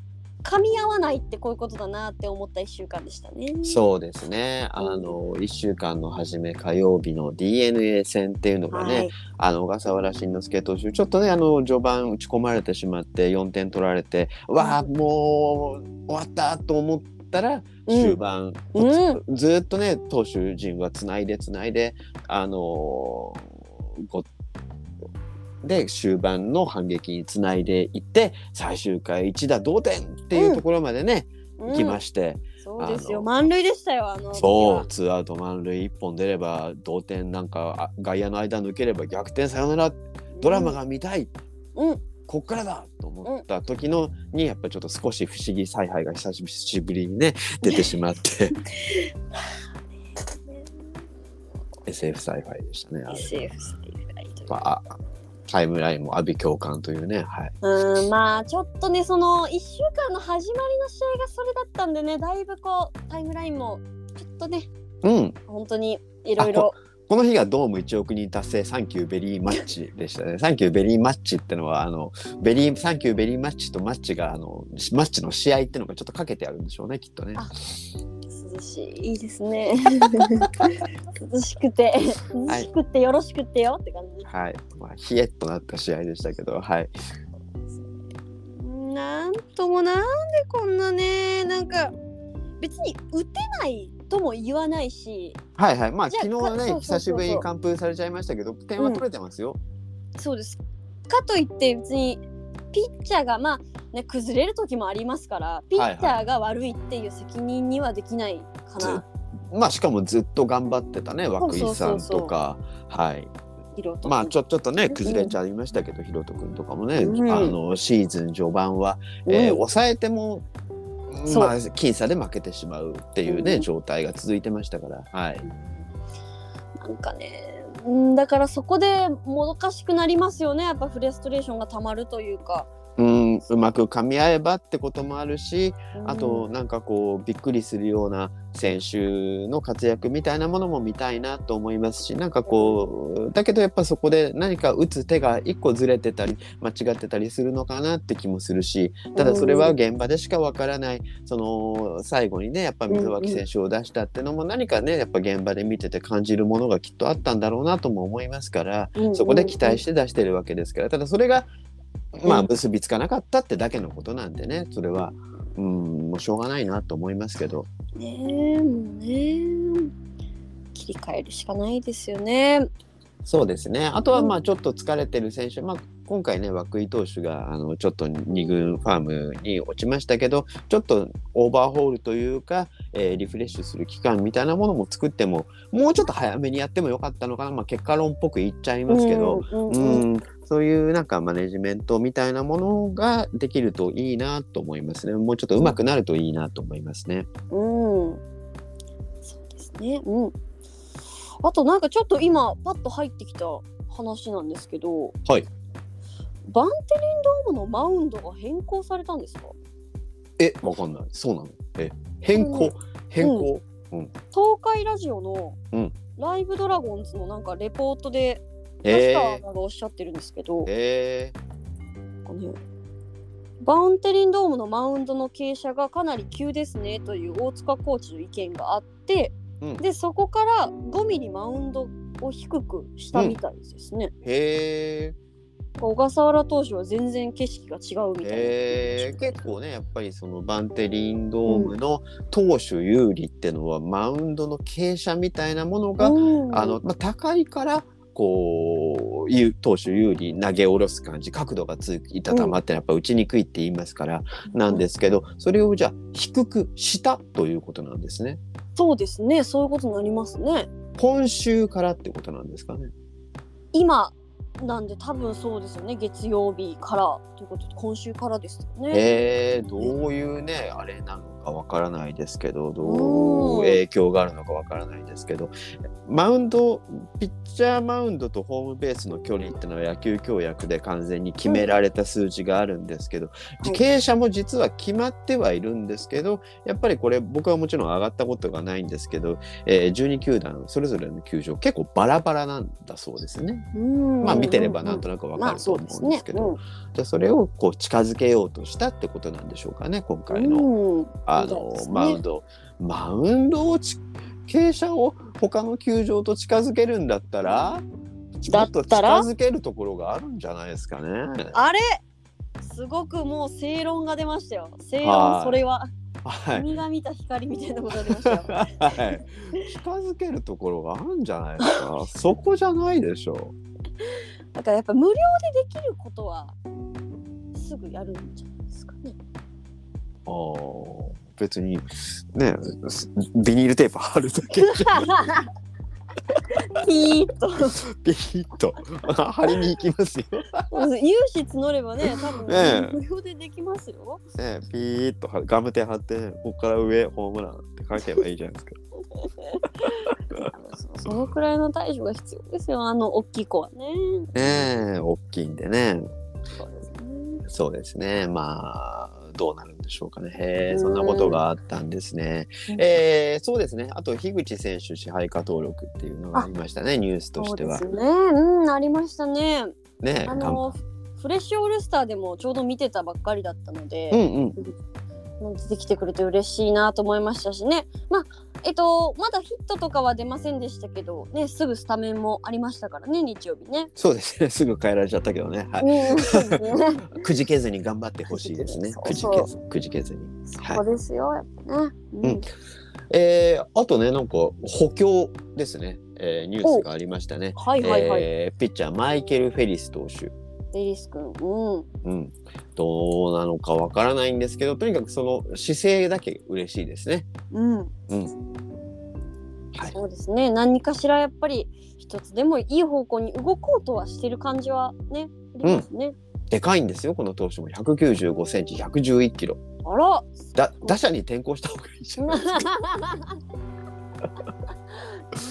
Speaker 1: 噛み合わないってこういうことだなって思った一週間でしたね。
Speaker 3: そうですねあの1週間の初め火曜日の d n a 戦っていうのがね、
Speaker 1: はい、
Speaker 3: あの小笠原慎之介投手、ちょっとね、あの序盤打ち込まれてしまって、4点取られて、わあ、もう終わったと思ったら、
Speaker 1: うん
Speaker 3: 終盤、
Speaker 1: うん
Speaker 3: ずずっとね、投手陣はつないでつないで、あのーごで終盤の反撃につないでいって、最終回一打同点っていうところまでね、
Speaker 1: うん
Speaker 3: 行きまして、
Speaker 1: そうです
Speaker 3: あ
Speaker 1: よ
Speaker 3: の
Speaker 1: 満塁でしたよあの
Speaker 3: そう、ツーアウト満塁1本出れば、同点なんか、あ外野の間抜ければ逆転サヨナラドラマ
Speaker 1: が、
Speaker 3: が見たい、
Speaker 1: うん
Speaker 3: こっからだと思った時のに、やっぱりちょっと少し不思議采配が久しぶりにね出てしまって *laughs* SF 采配でしたねあれ
Speaker 1: SF という
Speaker 3: まああタイムラインも阿炎教官というね、はい、
Speaker 1: うんまあちょっとねその1週間の始まりの試合がそれだったんでねだいぶこうタイムラインもちょっとね
Speaker 3: うん
Speaker 1: 本当にいろいろ
Speaker 3: この日がドーム1億人達成サンキューベリーマッチでしたねサンキューベリーマッチってのはあのベリーサンキューベリーマッチとマッチがあのマッチの試合ってのがちょっとかけてあるんでしょうねきっとね
Speaker 1: あ涼しいいいですね涼しくて涼しくてよろしくってよって感じ、
Speaker 3: はい、まあ、ヒエッとなった試合でしたけどはい
Speaker 1: なんともなんでこんなねなんか別に打てないとも言わないし
Speaker 3: はいはいまあ
Speaker 1: じゃあ
Speaker 3: 昨
Speaker 1: か
Speaker 3: 日
Speaker 1: そうそうそうそ
Speaker 3: ね
Speaker 1: う
Speaker 3: 久しぶりに完封されちゃいましたけど点は取れてますよ。
Speaker 1: そうですかといって別にピッチャーがまあね、崩れる時もありますからピッチャーが悪いっていう責任にはできないかな、
Speaker 3: ずまあしかもずっと頑張ってたね涌井さ
Speaker 1: そ
Speaker 3: ん
Speaker 1: うそうそうそ
Speaker 3: と
Speaker 1: う
Speaker 3: かはい
Speaker 1: ヒロト
Speaker 3: まあちょちょっとね
Speaker 1: ん
Speaker 3: 崩れちゃいましたけど、ひろと君とかもね、
Speaker 1: うん
Speaker 3: あのシーズン序盤は、えー
Speaker 1: うん
Speaker 3: 抑えても、
Speaker 1: そう
Speaker 3: まあ僅差で負けてしまうっていうね、
Speaker 1: うん
Speaker 3: 状態が続いてましたから、はい、
Speaker 1: なんかねうんだからそこでもどかしくなりますよねやっぱフレストレーションがたまるというか。
Speaker 3: うんうまく噛み合えばってこともあるし
Speaker 1: うん、
Speaker 3: あとなんかこうびっくりするような選手の活躍みたいなものも見たいなと思いますしなんかこうだけどやっぱそこで何か打つ手が一個ずれてたり間違ってたりするのかなって気もするしただそれは現場でしかわからないその最後にねやっぱ水脇選手を出したってのも何かねやっぱ現場で見てて感じるものがきっとあったんだろうなとも思いますからそこで期待してて出してるわけですからただそれがま
Speaker 1: う
Speaker 3: あ
Speaker 1: ん
Speaker 3: 結びつかなかったってだけのことなんでねそれはうんもうしょうがないなと思いますけど
Speaker 1: ねえもうね切り替えるしかないですよね。
Speaker 3: そうですねあとは
Speaker 1: うん
Speaker 3: まあちょっと疲れてる選手、まあ、今回ね涌井投手があのちょっと2軍ファームに落ちましたけどちょっとオーバーホールというか、えーリフレッシュする期間みたいなものも作ってももうちょっと早めにやってもよかったのかな、まあ、結果論っぽく言っちゃいますけど。
Speaker 1: うんうんうん
Speaker 3: うん、そういうなんかマネジメントみたいなものができるといいなと思いますね。もうちょっと上手くなるといいなと思いますね。
Speaker 1: うん、そうですね。うん。あとなんかちょっと今パッと入ってきた話なんですけど、
Speaker 3: はい。
Speaker 1: バンテリンドームのマウンドが変更されたんですか？
Speaker 3: え、わかんない。そうなの。え、変
Speaker 1: う
Speaker 3: 更、
Speaker 1: ん
Speaker 3: 変更。
Speaker 1: 東海ラジオの
Speaker 3: うん
Speaker 1: ライブドラゴンズのなんかレポートで吉
Speaker 3: え
Speaker 1: 川
Speaker 3: ー、
Speaker 1: がおっしゃってるんですけど、
Speaker 3: え
Speaker 1: なんかねバウンテリンドームのマウンドの傾斜がかなり急ですねという大塚コーチの意見があって、
Speaker 3: うん
Speaker 1: でそこから5ミリマウンドを低くしたみたいですね。
Speaker 3: ー、へー
Speaker 1: 小笠原投手は全然景色が違うみたいな。
Speaker 3: えー、結構ねやっぱりそのバンテリンドームの投手有利ってのは、マウンドの傾斜みたいなものが、
Speaker 1: うん
Speaker 3: あの、まあ、高いからこう有投手有利投げ下ろす感じ角度がついた球ってやっぱ打ちにくいって言いますから、なんですけどそれをじゃあ低くしたということなんですね。
Speaker 1: そうですねそういうことになりますね。
Speaker 3: 今週からってことなんですかね。
Speaker 1: 今なんで多分そうですよね月曜日からということで今週からですよね。
Speaker 3: えー、どういうねあれなのかわからないですけどどう影響があるのかわからないですけどマウンドピッチャーマウンドとホームベースの距離ってのは野球協約で完全に決められた数字があるんですけど、
Speaker 1: い
Speaker 3: 傾斜も実は決まってはいるんですけどやっぱりこれ僕はもちろん上がったことがないんですけど、えー12球団それぞれの球場結構バラバラなんだそうですね。ま
Speaker 1: ま
Speaker 3: あ見てればなんとなくわか
Speaker 1: まあ
Speaker 3: ると
Speaker 1: そう
Speaker 3: 思
Speaker 1: です
Speaker 3: うんで
Speaker 1: ね
Speaker 3: す。けど。じゃあそれをこう近づけようとしたってことなんでしょうかね今回の,、
Speaker 1: うん
Speaker 3: あ
Speaker 1: みたい
Speaker 3: の
Speaker 1: ですね
Speaker 3: マウンド、マウンドをち傾斜を他の球場と近づけるんだったらちょ
Speaker 1: だ
Speaker 3: っ
Speaker 1: っ
Speaker 3: と
Speaker 1: た
Speaker 3: 近
Speaker 1: ら
Speaker 3: づけるところがあるんじゃないですかね。
Speaker 1: あれすごくもう正論が出ましたよ。正
Speaker 3: は
Speaker 1: 論
Speaker 3: い
Speaker 1: それは、
Speaker 3: はい、
Speaker 1: 君が見た光みたいなことが出ましたよ。
Speaker 3: *laughs* はい、近づけるところがあるんじゃないですかそこじゃないでしょ
Speaker 1: だからやっぱ無料でできることはすぐやるんじゃないですかね。
Speaker 3: うああ別にねビニールテープ貼るだけ
Speaker 1: ピーッと
Speaker 3: *laughs* ピーッと貼りに行きますよ
Speaker 1: 融資募ればね
Speaker 3: *laughs*
Speaker 1: 多分
Speaker 3: ねえ
Speaker 1: 無料でできますよ。
Speaker 3: ね、ピーッと貼るガムテ貼って、ね、ここから上ホームランって書いてればいいじゃないですか。
Speaker 1: そそのくらいの対処が必要ですよあの大きい子はね。
Speaker 3: ねえ、大きいんでね。
Speaker 1: そうですね
Speaker 3: そうですね。まあ、どうなるんでしょうかね。へえ、そんなことがあったんですね。
Speaker 1: うん
Speaker 3: えー、そうですね。あと、樋口選手支配下登録っていうのがありましたね、ニュースと
Speaker 1: そ
Speaker 3: し
Speaker 1: う
Speaker 3: て
Speaker 1: で
Speaker 3: は
Speaker 1: す。ね。うんありましたね。
Speaker 3: ねえ、
Speaker 1: あ
Speaker 3: 頑張
Speaker 1: のフレッシュオールスターでもちょうど見てたばっかりだったので
Speaker 3: う、んうん。
Speaker 1: 出てきてくれて嬉しいなと思いましたしねまあえっとまだヒットとかは出ませんでしたけど、ね、すぐスタメンもありましたからね日曜日ね。
Speaker 3: そうですね。す *laughs* ぐ変えられちゃったけどね。はい。
Speaker 1: うんそう
Speaker 3: *laughs*
Speaker 1: ですね
Speaker 3: くじけずに頑張ってほしいですね。く
Speaker 1: く
Speaker 3: じ
Speaker 1: じ
Speaker 3: け
Speaker 1: け
Speaker 3: ず、くじけずに。
Speaker 1: そこですよやっぱね。うん
Speaker 3: うんえー、あとね、なんか補強ですね。えーニュースがありましたね。
Speaker 1: はいはいはい。
Speaker 3: えーピッチャーマイケル・フェリス投手、
Speaker 1: デリス君うん
Speaker 3: うん、どうなのかわからないんですけどとにかくその姿勢だけ嬉しいですね。
Speaker 1: うん、
Speaker 3: はい、
Speaker 1: そうですね何かしらやっぱり一つでもいい方向に動こうとはしてる感じはねありますね、
Speaker 3: でかいんですよこの投手も195センチ111キロ
Speaker 1: あ
Speaker 3: *laughs*
Speaker 1: ら *laughs*
Speaker 3: だ打者に転向した方がいいじゃないですか。
Speaker 1: い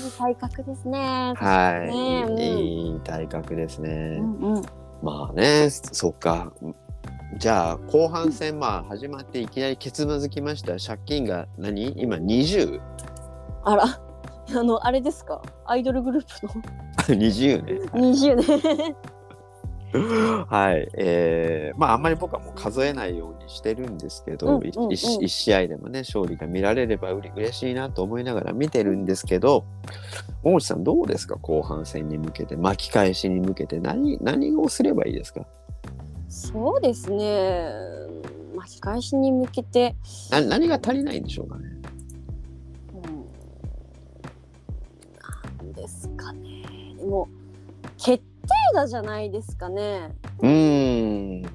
Speaker 1: い体格ですね。
Speaker 3: はい、
Speaker 1: ねえ
Speaker 3: いい体格ですね
Speaker 1: う。んうん、
Speaker 3: まあねそっかじゃあ後半戦まあ始まっていきなりケツまずきました借金が何今 *laughs* 20?20
Speaker 1: あら、 *laughs* あの、あれですか、アイドルグルー *laughs* プ
Speaker 3: ね。
Speaker 1: の20ね。
Speaker 3: *laughs* はい、えーまああんまり僕はもう数えないようにしてるんですけど、
Speaker 1: うん
Speaker 3: い
Speaker 1: うん
Speaker 3: 一
Speaker 1: うん
Speaker 3: 一試合でもね勝利が見られればうれ嬉しいなと思いながら見てるんですけど大内さんどうですか後半戦に向けて巻き返しに向けて何何をすればいいですか
Speaker 1: そうですね。巻き返しに向けて、
Speaker 3: な何が足りないんでしょうかね
Speaker 1: うん、なんですかね。でも、決定打じゃないですかね。
Speaker 3: うーん
Speaker 1: い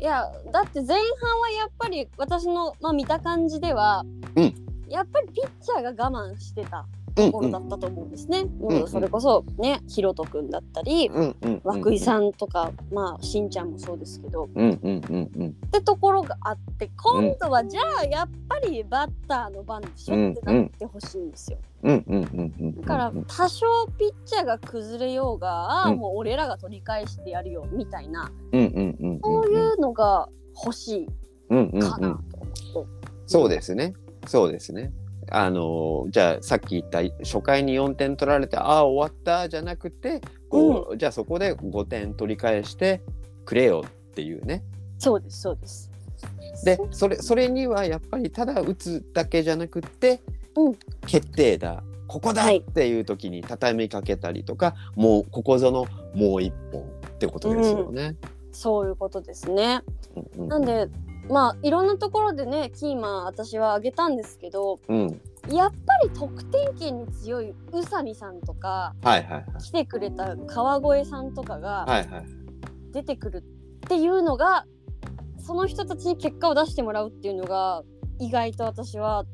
Speaker 1: やだって前半はやっぱり私の、まあ、見た感じでは、
Speaker 3: うん
Speaker 1: やっぱりピッチャーが我慢してた
Speaker 3: うん
Speaker 1: ところだったと思うんですね。
Speaker 3: ん
Speaker 1: もうそれこそねひろとくんだったり、
Speaker 3: うんうん
Speaker 1: 和久井さんとか、まあしんちゃんもそうですけど
Speaker 3: うんうんうんうん
Speaker 1: ってところがあって今度はじゃあやっぱりバッターの番でしょってなってほしいんですよ。
Speaker 3: うんうんうんうんうん
Speaker 1: だから多少ピッチャーが崩れようが、あ
Speaker 3: う
Speaker 1: あ
Speaker 3: ん
Speaker 1: もう俺らが取り返してやるよみたいな
Speaker 3: うんうんうん
Speaker 1: そういうのが欲し
Speaker 3: うんう
Speaker 1: い
Speaker 3: ん
Speaker 1: か
Speaker 3: う
Speaker 1: なんと思って。
Speaker 3: そうですね。そうですね。あのーじゃあさっき言った初回に4点取られてああ終わったじゃなくてこう、じゃあそこで5点取り返してくれよっていうね。
Speaker 1: そうですそうです。
Speaker 3: でそれそれにはやっぱりただ打つだけじゃなくって、
Speaker 1: うん
Speaker 3: 決定だここだ
Speaker 1: はい
Speaker 3: っていう時に畳みかけたりとか、もうここぞのもう一本ってことですよね。
Speaker 1: そういうことですね。
Speaker 3: うんうん
Speaker 1: なんでまあいろんなところでねキーマン私は挙げたんですけど
Speaker 3: うん、
Speaker 1: やっぱり得点圏に強い宇佐美さんとか
Speaker 3: はいはいはい
Speaker 1: 来てくれた川越さんとかが
Speaker 3: はいはい
Speaker 1: 出てくるっていうのがその人たちに結果を出してもらうっていうのが意外と私は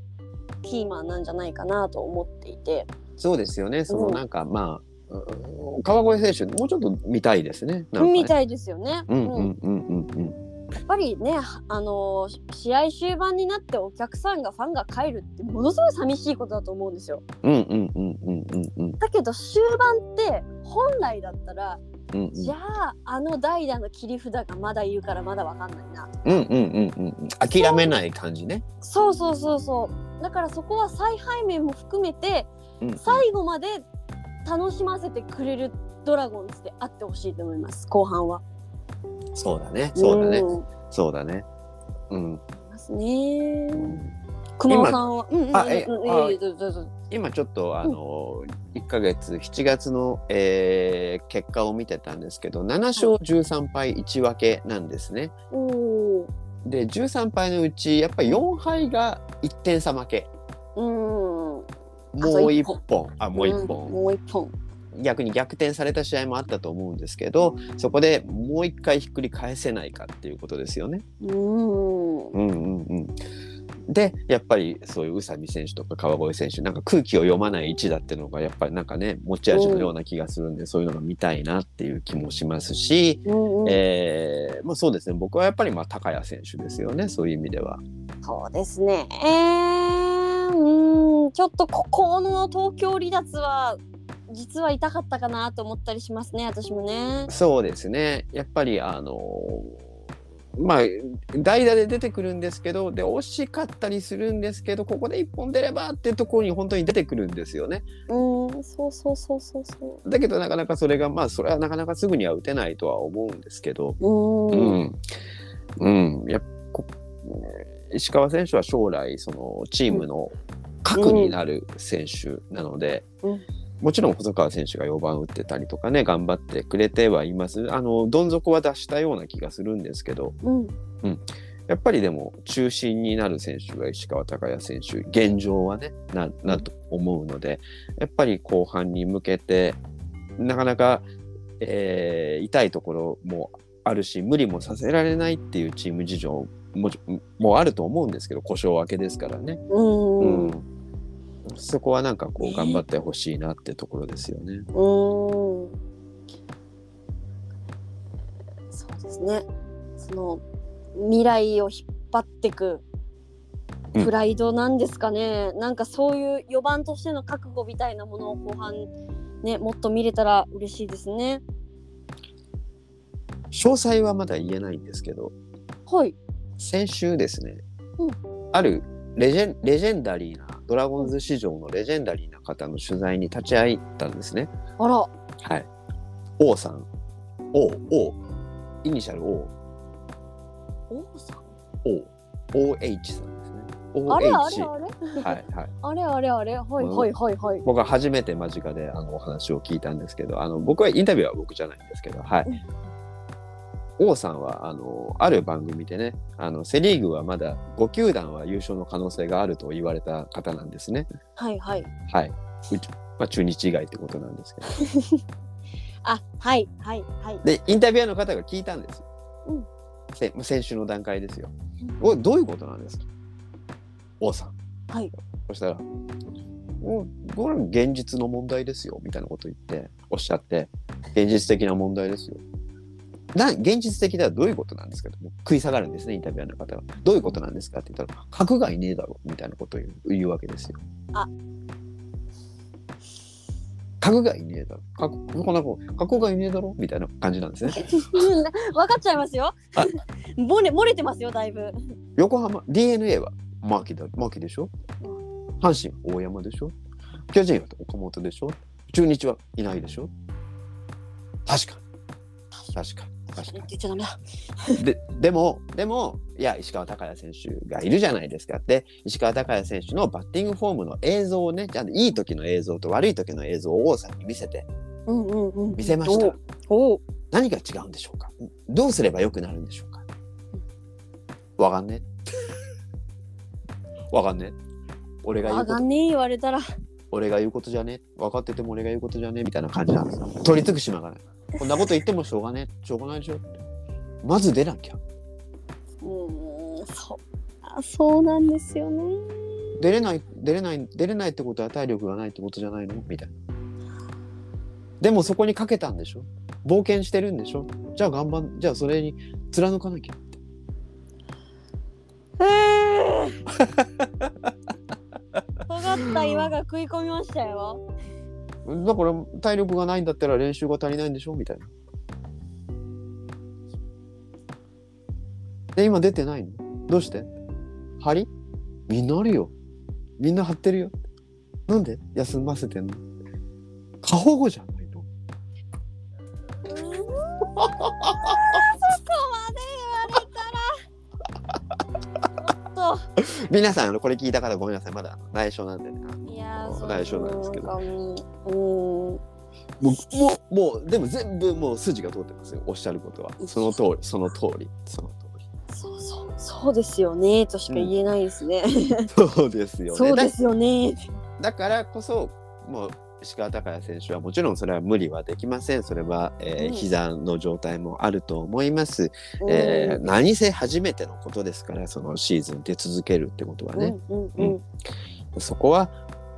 Speaker 1: キーマンなんじゃないかなと思っていて
Speaker 3: そうですよね。その
Speaker 1: うん
Speaker 3: なんか、まあうん川越選手もうちょっと見たいですね。なんかね
Speaker 1: みたいですよね。
Speaker 3: うん
Speaker 1: うん
Speaker 3: うんうんうんうん。
Speaker 1: やっぱりね、あのー試合終盤になってお客さんがファンが帰るってものすごい寂しいことだと思うんですよ。
Speaker 3: うんうんうんうんうんうん
Speaker 1: だけど終盤って本来だったら、
Speaker 3: うんうん
Speaker 1: じゃああの代打の切り札がまだいるからまだわかんないな
Speaker 3: うんうんうんうんうん諦めない感じね。
Speaker 1: そうそうそうそうだからそこは采配面も含めて
Speaker 3: うん
Speaker 1: 最後まで楽しませてくれるドラゴンズであってほしいと思います後半は。
Speaker 3: そうだね。そうだね。
Speaker 1: ん
Speaker 3: そうだね。うん。
Speaker 1: ますね熊尾さんは、うんうんうん
Speaker 3: あえ
Speaker 1: うん
Speaker 3: あ
Speaker 1: いいよどうぞどうぞ
Speaker 3: 今ちょっとあの一ヶ月7月の、えー結果を見てたんですけど、7勝13敗1分けなんですね。
Speaker 1: お
Speaker 3: で13敗のうちやっぱり4敗が1点差負け。
Speaker 1: ーうん
Speaker 3: もう一
Speaker 1: あと一
Speaker 3: 本。あもう一本
Speaker 1: ん。もう一本。
Speaker 3: 逆に逆転された試合もあったと思うんですけどそこでもう一回ひっくり返せないかっていうことですよね。
Speaker 1: う
Speaker 3: うんうんうん、でやっぱりそういう宇佐美選手とか川越選手なんか空気を読まない一打っていうのがやっぱりなんかね持ち味のような気がするんで、そういうのが見たいなっていう気もしますし、
Speaker 1: ん。うん
Speaker 3: えーまあ、そうですね僕はやっぱりまあ高谷選手ですよねそういう意味では。
Speaker 1: そうですね。えー、うーん、ちょっとここの東京離脱は。実は痛かったかなと思ったりしますね、私もね。
Speaker 3: そうですね。やっぱりあのまあ代打で出てくるんですけどで惜しかったりするんですけどここで一本出ればってところに本当に出てくるんですよね。
Speaker 1: うーん、そうそうそうそうそ
Speaker 3: だけどなかなかそれがまあそれはなかなかすぐには打てないとは思うんですけど、
Speaker 1: う。う
Speaker 3: う
Speaker 1: ーん。
Speaker 3: ん、うん、やっぱこ石川選手は将来そのチームの核になる選手なので、
Speaker 1: うん
Speaker 3: もちろん細川選手が4番打ってたりとかね頑張ってくれてはいますあのどん底は出したような気がするんですけど
Speaker 1: うん。
Speaker 3: やっぱりでも中心になる選手が石川昂弥選手現状はねななと思うのでやっぱり後半に向けてなかなか、えー痛いところもああるし無理もさせられないっていうチーム事情ももあると思うんですけど故障明けですからね、
Speaker 1: うん
Speaker 3: う
Speaker 1: うん
Speaker 3: ん、そこはなんかこう頑張ってほしいなってところですよね。
Speaker 1: そうですねその未来を引っ張ってく
Speaker 3: うん
Speaker 1: プライドなんですかね、なんかそういう4番としての覚悟みたいなものを後半ねもっと見れたら嬉しいですね
Speaker 3: 詳細はまだ言えないんですけど
Speaker 1: はい
Speaker 3: 先週ですね、
Speaker 1: うん
Speaker 3: あるレジェンレジェンダリーなドラゴンズ史上のレジェンダリーな方の取材に立ち会ったんですね。
Speaker 1: あら
Speaker 3: はい。王さん。王、王。イニシャル王。
Speaker 1: 王さん
Speaker 3: 王。OH さんですね。
Speaker 1: あれあ
Speaker 3: OH。
Speaker 1: れあれ
Speaker 3: はいはい。
Speaker 1: あれあれあれはいはいはいはい
Speaker 3: 僕は初めて間近であのお話を聞いたんですけど、あの僕はインタビューは僕じゃないんですけど、はい。王さんはあのある番組でねあのセ・リーグはまだ5球団は優勝の可能性があると言われた方なんですね。
Speaker 1: はいはい
Speaker 3: はい、うちまあ、中日以外ってことなんですけど
Speaker 1: あはいはいはい *laughs*
Speaker 3: でインタビュアーの方が聞いたんですよ、
Speaker 1: うん
Speaker 3: せ先週の段階ですよ、
Speaker 1: う
Speaker 3: おどういうことなんですか王さん
Speaker 1: はい
Speaker 3: そしたら「おこれは現実の問題ですよ」みたいなこと言っておっしゃって「現実的な問題ですよ」な現実的ではどういうことなんですかともう食い下がるんですねインタビュアーの方は「どういうことなんですか?」って言ったら「格外ねえだろ」みたいなことを言う言うわけですよ。
Speaker 1: あ
Speaker 3: 格外ねえだろ格こんな子格外ねえだろみたいな感じなんですね。
Speaker 1: 分かっちゃいますよ
Speaker 3: あ
Speaker 1: *laughs* 漏れ漏れてますよだいぶ
Speaker 3: 横浜 DNA は牧だ牧でしょ阪神大山でしょ巨人は岡本でしょ中日はいないでしょ確かに確かに確
Speaker 1: 言
Speaker 3: か
Speaker 1: っちゃダメだ
Speaker 3: にででもでもいや石川昂弥選手がいるじゃないですかって石川昂弥選手のバッティングフォームの映像をねちゃんといい時の映像と悪い時の映像を王さんに見せて
Speaker 1: うんうんうん
Speaker 3: 見せました
Speaker 1: おお
Speaker 3: 何が違うんでしょうかどうすれば良くなるんでしょうかわかんね *laughs* えわかんねえ俺が言
Speaker 1: あ
Speaker 3: うこ
Speaker 1: が
Speaker 3: と
Speaker 1: んねえ言われたら
Speaker 3: 俺が言うことじゃねえ分かってても俺が言うことじゃねえみたいな感じなんですよ取り付く島がないこんなこと言ってもしょうがねえしょうがないでしょってまず出なきゃ
Speaker 1: うーんそうあそうなんですよね
Speaker 3: *laughs* 出れない出れない出れないってことは体力がないってことじゃないのみたいなでもそこにかけたんでしょ冒険してるんでしょじゃあ頑張んじゃあそれに貫かなきゃ
Speaker 1: えー尖った岩が食い込みましたよ
Speaker 3: だから体力がないんだったら練習が足りないんでしょみたいな。で今出てないのどうして張りみんなあるよ。みんな張ってるよ。なんで休ませてんの過保護じゃないの
Speaker 1: うーんそこまで言われたらちょっ
Speaker 3: 皆さんあのこれ聞いた方ごめんなさいまだあの内緒なんでね。あの
Speaker 1: といやーそう
Speaker 3: 内緒なんですけど
Speaker 1: なんかもううーん
Speaker 3: もうもうもうでも全部もう筋が通ってますよおっしゃることは。その通りその通りその通り。 *laughs*
Speaker 1: そうそうそうですよねとしか言えないですね、
Speaker 3: そうですよね。
Speaker 1: そうですよね
Speaker 3: だからこそもう石川昂弥選手はもちろんそれは無理はできませんそれは、えー
Speaker 1: うん
Speaker 3: 膝の状態もあると思います、えー何せ初めてのことですからそのシーズン出続けるってことは
Speaker 1: うん
Speaker 3: ね、
Speaker 1: うんうんうん
Speaker 3: そこは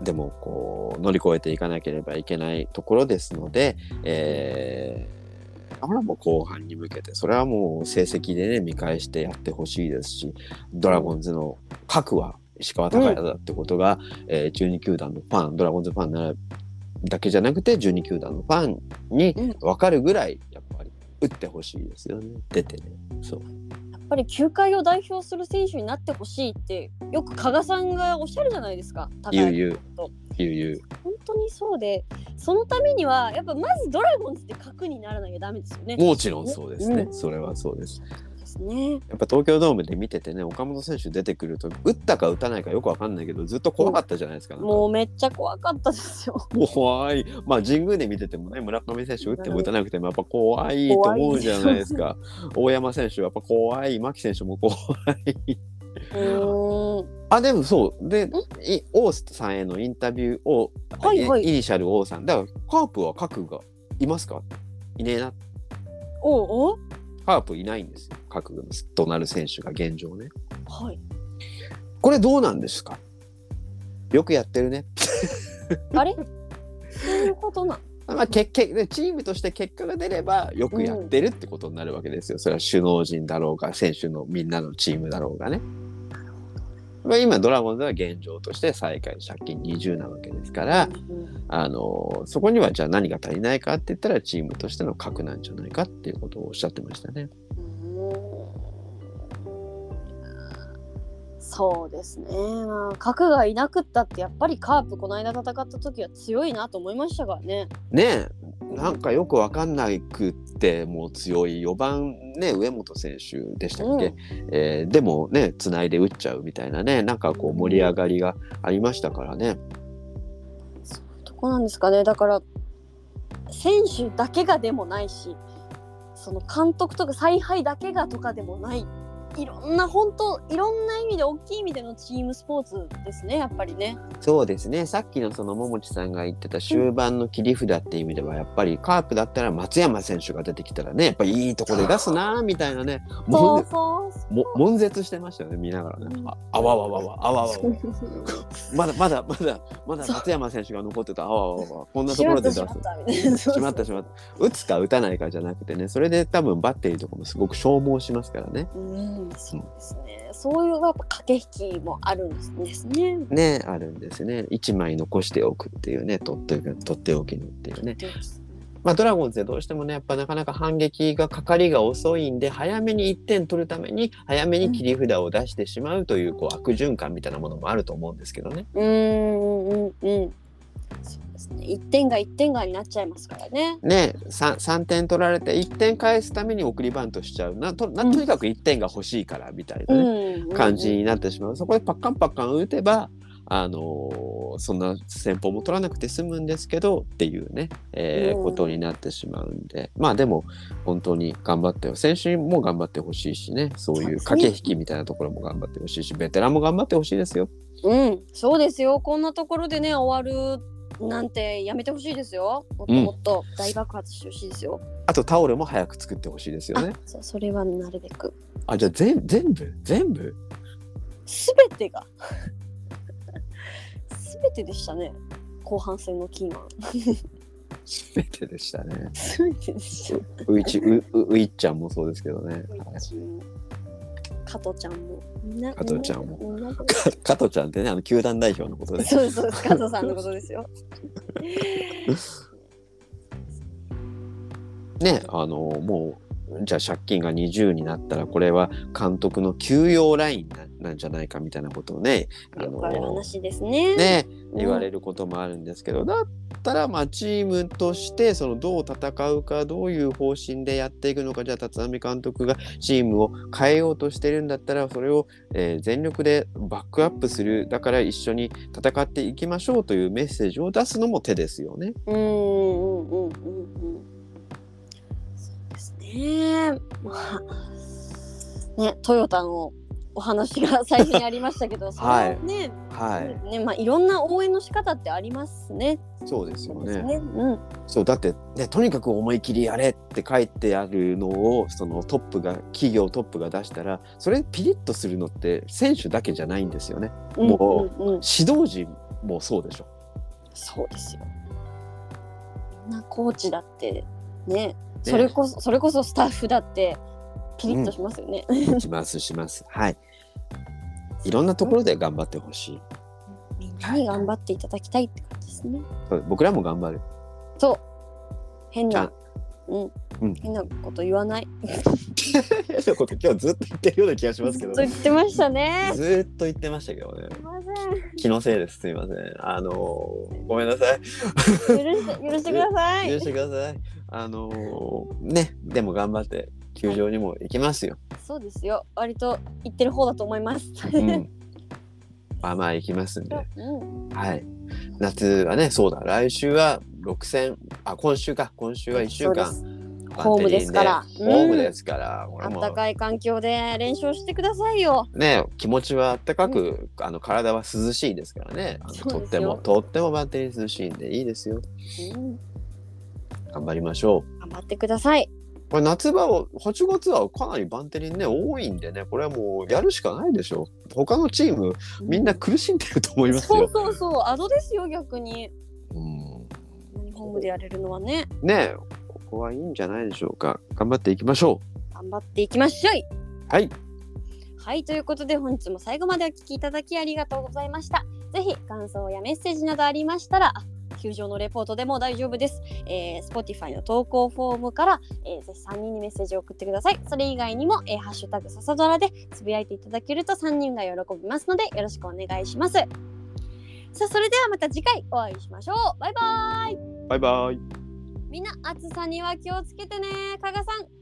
Speaker 3: でもこう乗り越えていかなければいけないところですので、えー、これはもう後半に向けてそれはもう成績でね見返してやってほしいですしドラゴンズの核は石川昂弥だってことが、えー12球団のファンドラゴンズファンならだけじゃなくて12球団のファンに
Speaker 1: うん
Speaker 3: 分かるぐらいやっぱり打ってほしいですよね出てねそう
Speaker 1: やっぱり球界を代表する選手になってほしいってよく加賀さんがおっしゃるじゃないですか高
Speaker 3: 言う
Speaker 1: 橋
Speaker 3: 言う
Speaker 1: と
Speaker 3: 言う言う
Speaker 1: 本当にそうでそのためにはやっぱまずドラゴンズって核にならなきゃダメですよね。
Speaker 3: もちろんそうですね、
Speaker 1: う
Speaker 3: それはそうです
Speaker 1: そうですね。
Speaker 3: やっぱ東京ドームで見ててね岡本選手出てくると打ったか打たないかよくわかんないけどずっと怖かったじゃないですか,、なんか
Speaker 1: もうめっちゃ怖かったですよ。
Speaker 3: 怖いまあ神宮で見ててもね村上選手打っても打たなくてもやっぱ怖いと思うじゃないですか大山選手はやっぱ怖い牧選手も怖いう
Speaker 1: ーん。
Speaker 3: あでもそうでい王さんへのインタビューを、
Speaker 1: はいはい
Speaker 3: イニシャル王さんだからカープは核がいますかいねえな
Speaker 1: おうおう。
Speaker 3: ハープいないんですよ各軍となる選手が現状ね
Speaker 1: はい。
Speaker 3: これどうなんですかよくやってるね、
Speaker 1: あ
Speaker 3: *laughs*
Speaker 1: れそういうことな。
Speaker 3: まあ、けけねチームとして結果が出ればよくやってるってことになるわけですよ、それは首脳陣だろうが選手のみんなのチームだろうがね、まあ、今ドラゴンズは現状として最下位借金20なわけですから、
Speaker 1: うん
Speaker 3: あのそこにはじゃあ何が足りないかって言ったらチームとしての核なんじゃないかっていうことをおっしゃってましたね。
Speaker 1: そうですね、まあ、核がいなくったってやっぱりカープこの間戦った時は強いなと思いましたからね。
Speaker 3: ねえなんかよく分かんなくってもう強い4番ね上本選手でしたっけ、
Speaker 1: うん
Speaker 3: えーでもねつないで打っちゃうみたいなねなんかこう盛り上がりがありましたからね。
Speaker 1: そういうとこなんですかねだから選手だけがでもないしその監督とか采配だけがとかでもないいろんな本当いろんな意味で大きい意味でのチームスポーツですねやっぱりね。
Speaker 3: そうですねさっきのその桃地さんが言ってた終盤の切り札っていう意味ではやっぱりカープだったら松山選手が出てきたらねやっぱいいとこで出すなーみたいなねも
Speaker 1: そううそう
Speaker 3: も悶絶してましたよね見ながらね
Speaker 1: うん
Speaker 3: ああわわわわあわわわ
Speaker 1: そ
Speaker 3: *laughs* まだまだまだまだ
Speaker 1: そう
Speaker 3: 松山選手が残ってたあわわわわこん
Speaker 1: う。
Speaker 3: なと
Speaker 1: し
Speaker 3: こ
Speaker 1: ま
Speaker 3: ろ
Speaker 1: っ
Speaker 3: で
Speaker 1: た *laughs*
Speaker 3: 出
Speaker 1: し
Speaker 3: す
Speaker 1: まった
Speaker 3: *laughs*
Speaker 1: みたいな。
Speaker 3: しまったしまった打つか打たないかじゃなくてねそれで多分バッテリーとかもすごく消耗しますからね
Speaker 1: うん、そうですね。そういうやっぱ駆け引きもあるんですね。
Speaker 3: ねあるんですね一枚残しておくっていうね取っておく取っておきのっていうねまあドラゴンズでどうしてもねやっぱなかなか反撃がかかりが遅いんで早めに1点取るために早めに切り札を出してしまうというこう悪循環みたいなものもあると思うんですけどね
Speaker 1: うんうんうんうん。そうですね。一点が一点がになっちゃいますからね。
Speaker 3: ね、3, 三点取られて1点返すために送りバントしちゃうなとな
Speaker 1: うん
Speaker 3: とにかく1点が欲しいからみたいな、
Speaker 1: う
Speaker 3: ね
Speaker 1: ん、
Speaker 3: 感じ。になってしまうそこでパッカンパッカン打てば、あのーそんな戦法も取らなくて済むんですけどっていうね、えー
Speaker 1: うん
Speaker 3: ことになってしまうんでまあでも本当に頑張ってよ選手も頑張ってほしいしねそういう
Speaker 1: そう
Speaker 3: 駆
Speaker 1: ですね
Speaker 3: け引きみたいなところも頑張ってほしいしベテランも頑張ってほしいですよ。
Speaker 1: うん、そうですよ。こんなところでね、終わるなんてやめてほしいですよ。もっと
Speaker 3: うん
Speaker 1: もっと大爆発してほしいですよ。
Speaker 3: あとタオルも早く作ってほしいですよね
Speaker 1: あ。、そそれはなるべく。
Speaker 3: あじゃあ全全部全部
Speaker 1: すべてが。 *laughs* すべてでしたね。後半戦のキーマン。
Speaker 3: 全てでしたね。
Speaker 1: すべてでした。
Speaker 3: ういちううういっちゃんもそうですけどね。はい
Speaker 1: 加藤ちゃんも。みな
Speaker 3: 加藤ちゃんも。
Speaker 1: みなみんな
Speaker 3: か加藤ちゃんってねあの球団代表のことで。
Speaker 1: そうですそうです、加藤さんのことですよ。
Speaker 3: ねあのもうじゃあ借金が20になったらこれは監督の休養ラインななんじゃないかみた *laughs* いなことをねあ
Speaker 1: よくある
Speaker 3: の
Speaker 1: 話ですね。
Speaker 3: ね
Speaker 1: うん、
Speaker 3: 言われることもあるんですけどだったらまあチームとしてそのどう戦うかどういう方針でやっていくのかじゃあ立浪監督がチームを変えようとしてるんだったらそれを、えー全力でバックアップするだから一緒に戦っていきましょうというメッセージを出すのも手ですよね。
Speaker 1: うんうんうんうんうん。そうですね。まあ、ね、トヨタのお話が最初にありましたけど、それはね、
Speaker 3: はい、
Speaker 1: ね、まあいろんな応援の仕方ってありますね。
Speaker 3: そうですよね。
Speaker 1: うん。
Speaker 3: そうだって、ね、とにかく思い切りやれって書いてあるのをそのトップが企業トップが出したらそれピリッとするのって選手だけじゃないんですよねも
Speaker 1: うんうんうん、
Speaker 3: 指導陣もそうでしょ
Speaker 1: そうですよ。みんなコーチだってね、それこそそれこそスタッフだってピリッとしますよね。
Speaker 3: しますしますはいいろんなところで頑張ってほしい
Speaker 1: みんなに頑張っていただきたいって感じですね。
Speaker 3: そう僕らも頑張る *laughs*
Speaker 1: そう変
Speaker 3: ちゃん
Speaker 1: な、うん
Speaker 3: うん
Speaker 1: 変なこと言わない。
Speaker 3: 変なこと今日ずっと言ってるような気がしますけ
Speaker 1: ずっ
Speaker 3: ど
Speaker 1: と言ってましたね。
Speaker 3: ずーっと言ってましたけどね
Speaker 1: すいませ
Speaker 3: 気のせいですすいませんあのーごめんなさい
Speaker 1: ん許して許してくださ
Speaker 3: 許
Speaker 1: い。
Speaker 3: してください。あのーね、でも頑張って球場にも行きますよ。
Speaker 1: そうですよ。割と言ってる方だと思います。
Speaker 3: うん。まあまあ行きますんで。
Speaker 1: うん
Speaker 3: はい。夏はね、そうだ。来週は6戦、あ、今週か。今週は1週間
Speaker 1: そ。う
Speaker 3: バッテリー
Speaker 1: ホームですから
Speaker 3: ホームですから。
Speaker 1: あ
Speaker 3: 俺
Speaker 1: っ
Speaker 3: も
Speaker 1: たかい環境で練習をしてくださいよ。
Speaker 3: ね、気持ちはあったかく、あの体は涼しいですからね。あの
Speaker 1: そうですよ
Speaker 3: とってもとってもバッテリー涼しいんでいいですよ。
Speaker 1: うん
Speaker 3: 頑張りましょ
Speaker 1: 頑張ってください。
Speaker 3: う。これ夏場は8月はかなりバンテリンね多いんでねこれはもうやるしかないでしょ他のチームみんな苦しんでると思います
Speaker 1: そう
Speaker 3: よ、
Speaker 1: そうそうアドですよ逆に
Speaker 3: うん、
Speaker 1: 日本でやれるのはね
Speaker 3: ねえここはいいんじゃないでしょうか頑張っていきましょ
Speaker 1: 頑張っていきましょいう
Speaker 3: はい
Speaker 1: はいということで本日も最後までお聞きいただきありがとうございましたぜひ感想やメッセージなどありましたらあ球場のレポートでも大丈夫です、えー、Spotify の投稿フォームから、えー、ぜひ3人にメッセージを送ってくださいそれ以外にも、えーハッシュタグささドラでつぶやいていただけると3人が喜びますのでよろしくお願いしますさあそれではまた次回お会いしましょうバイバイ
Speaker 3: バイバイ
Speaker 1: みんな暑さには気をつけてね加賀さん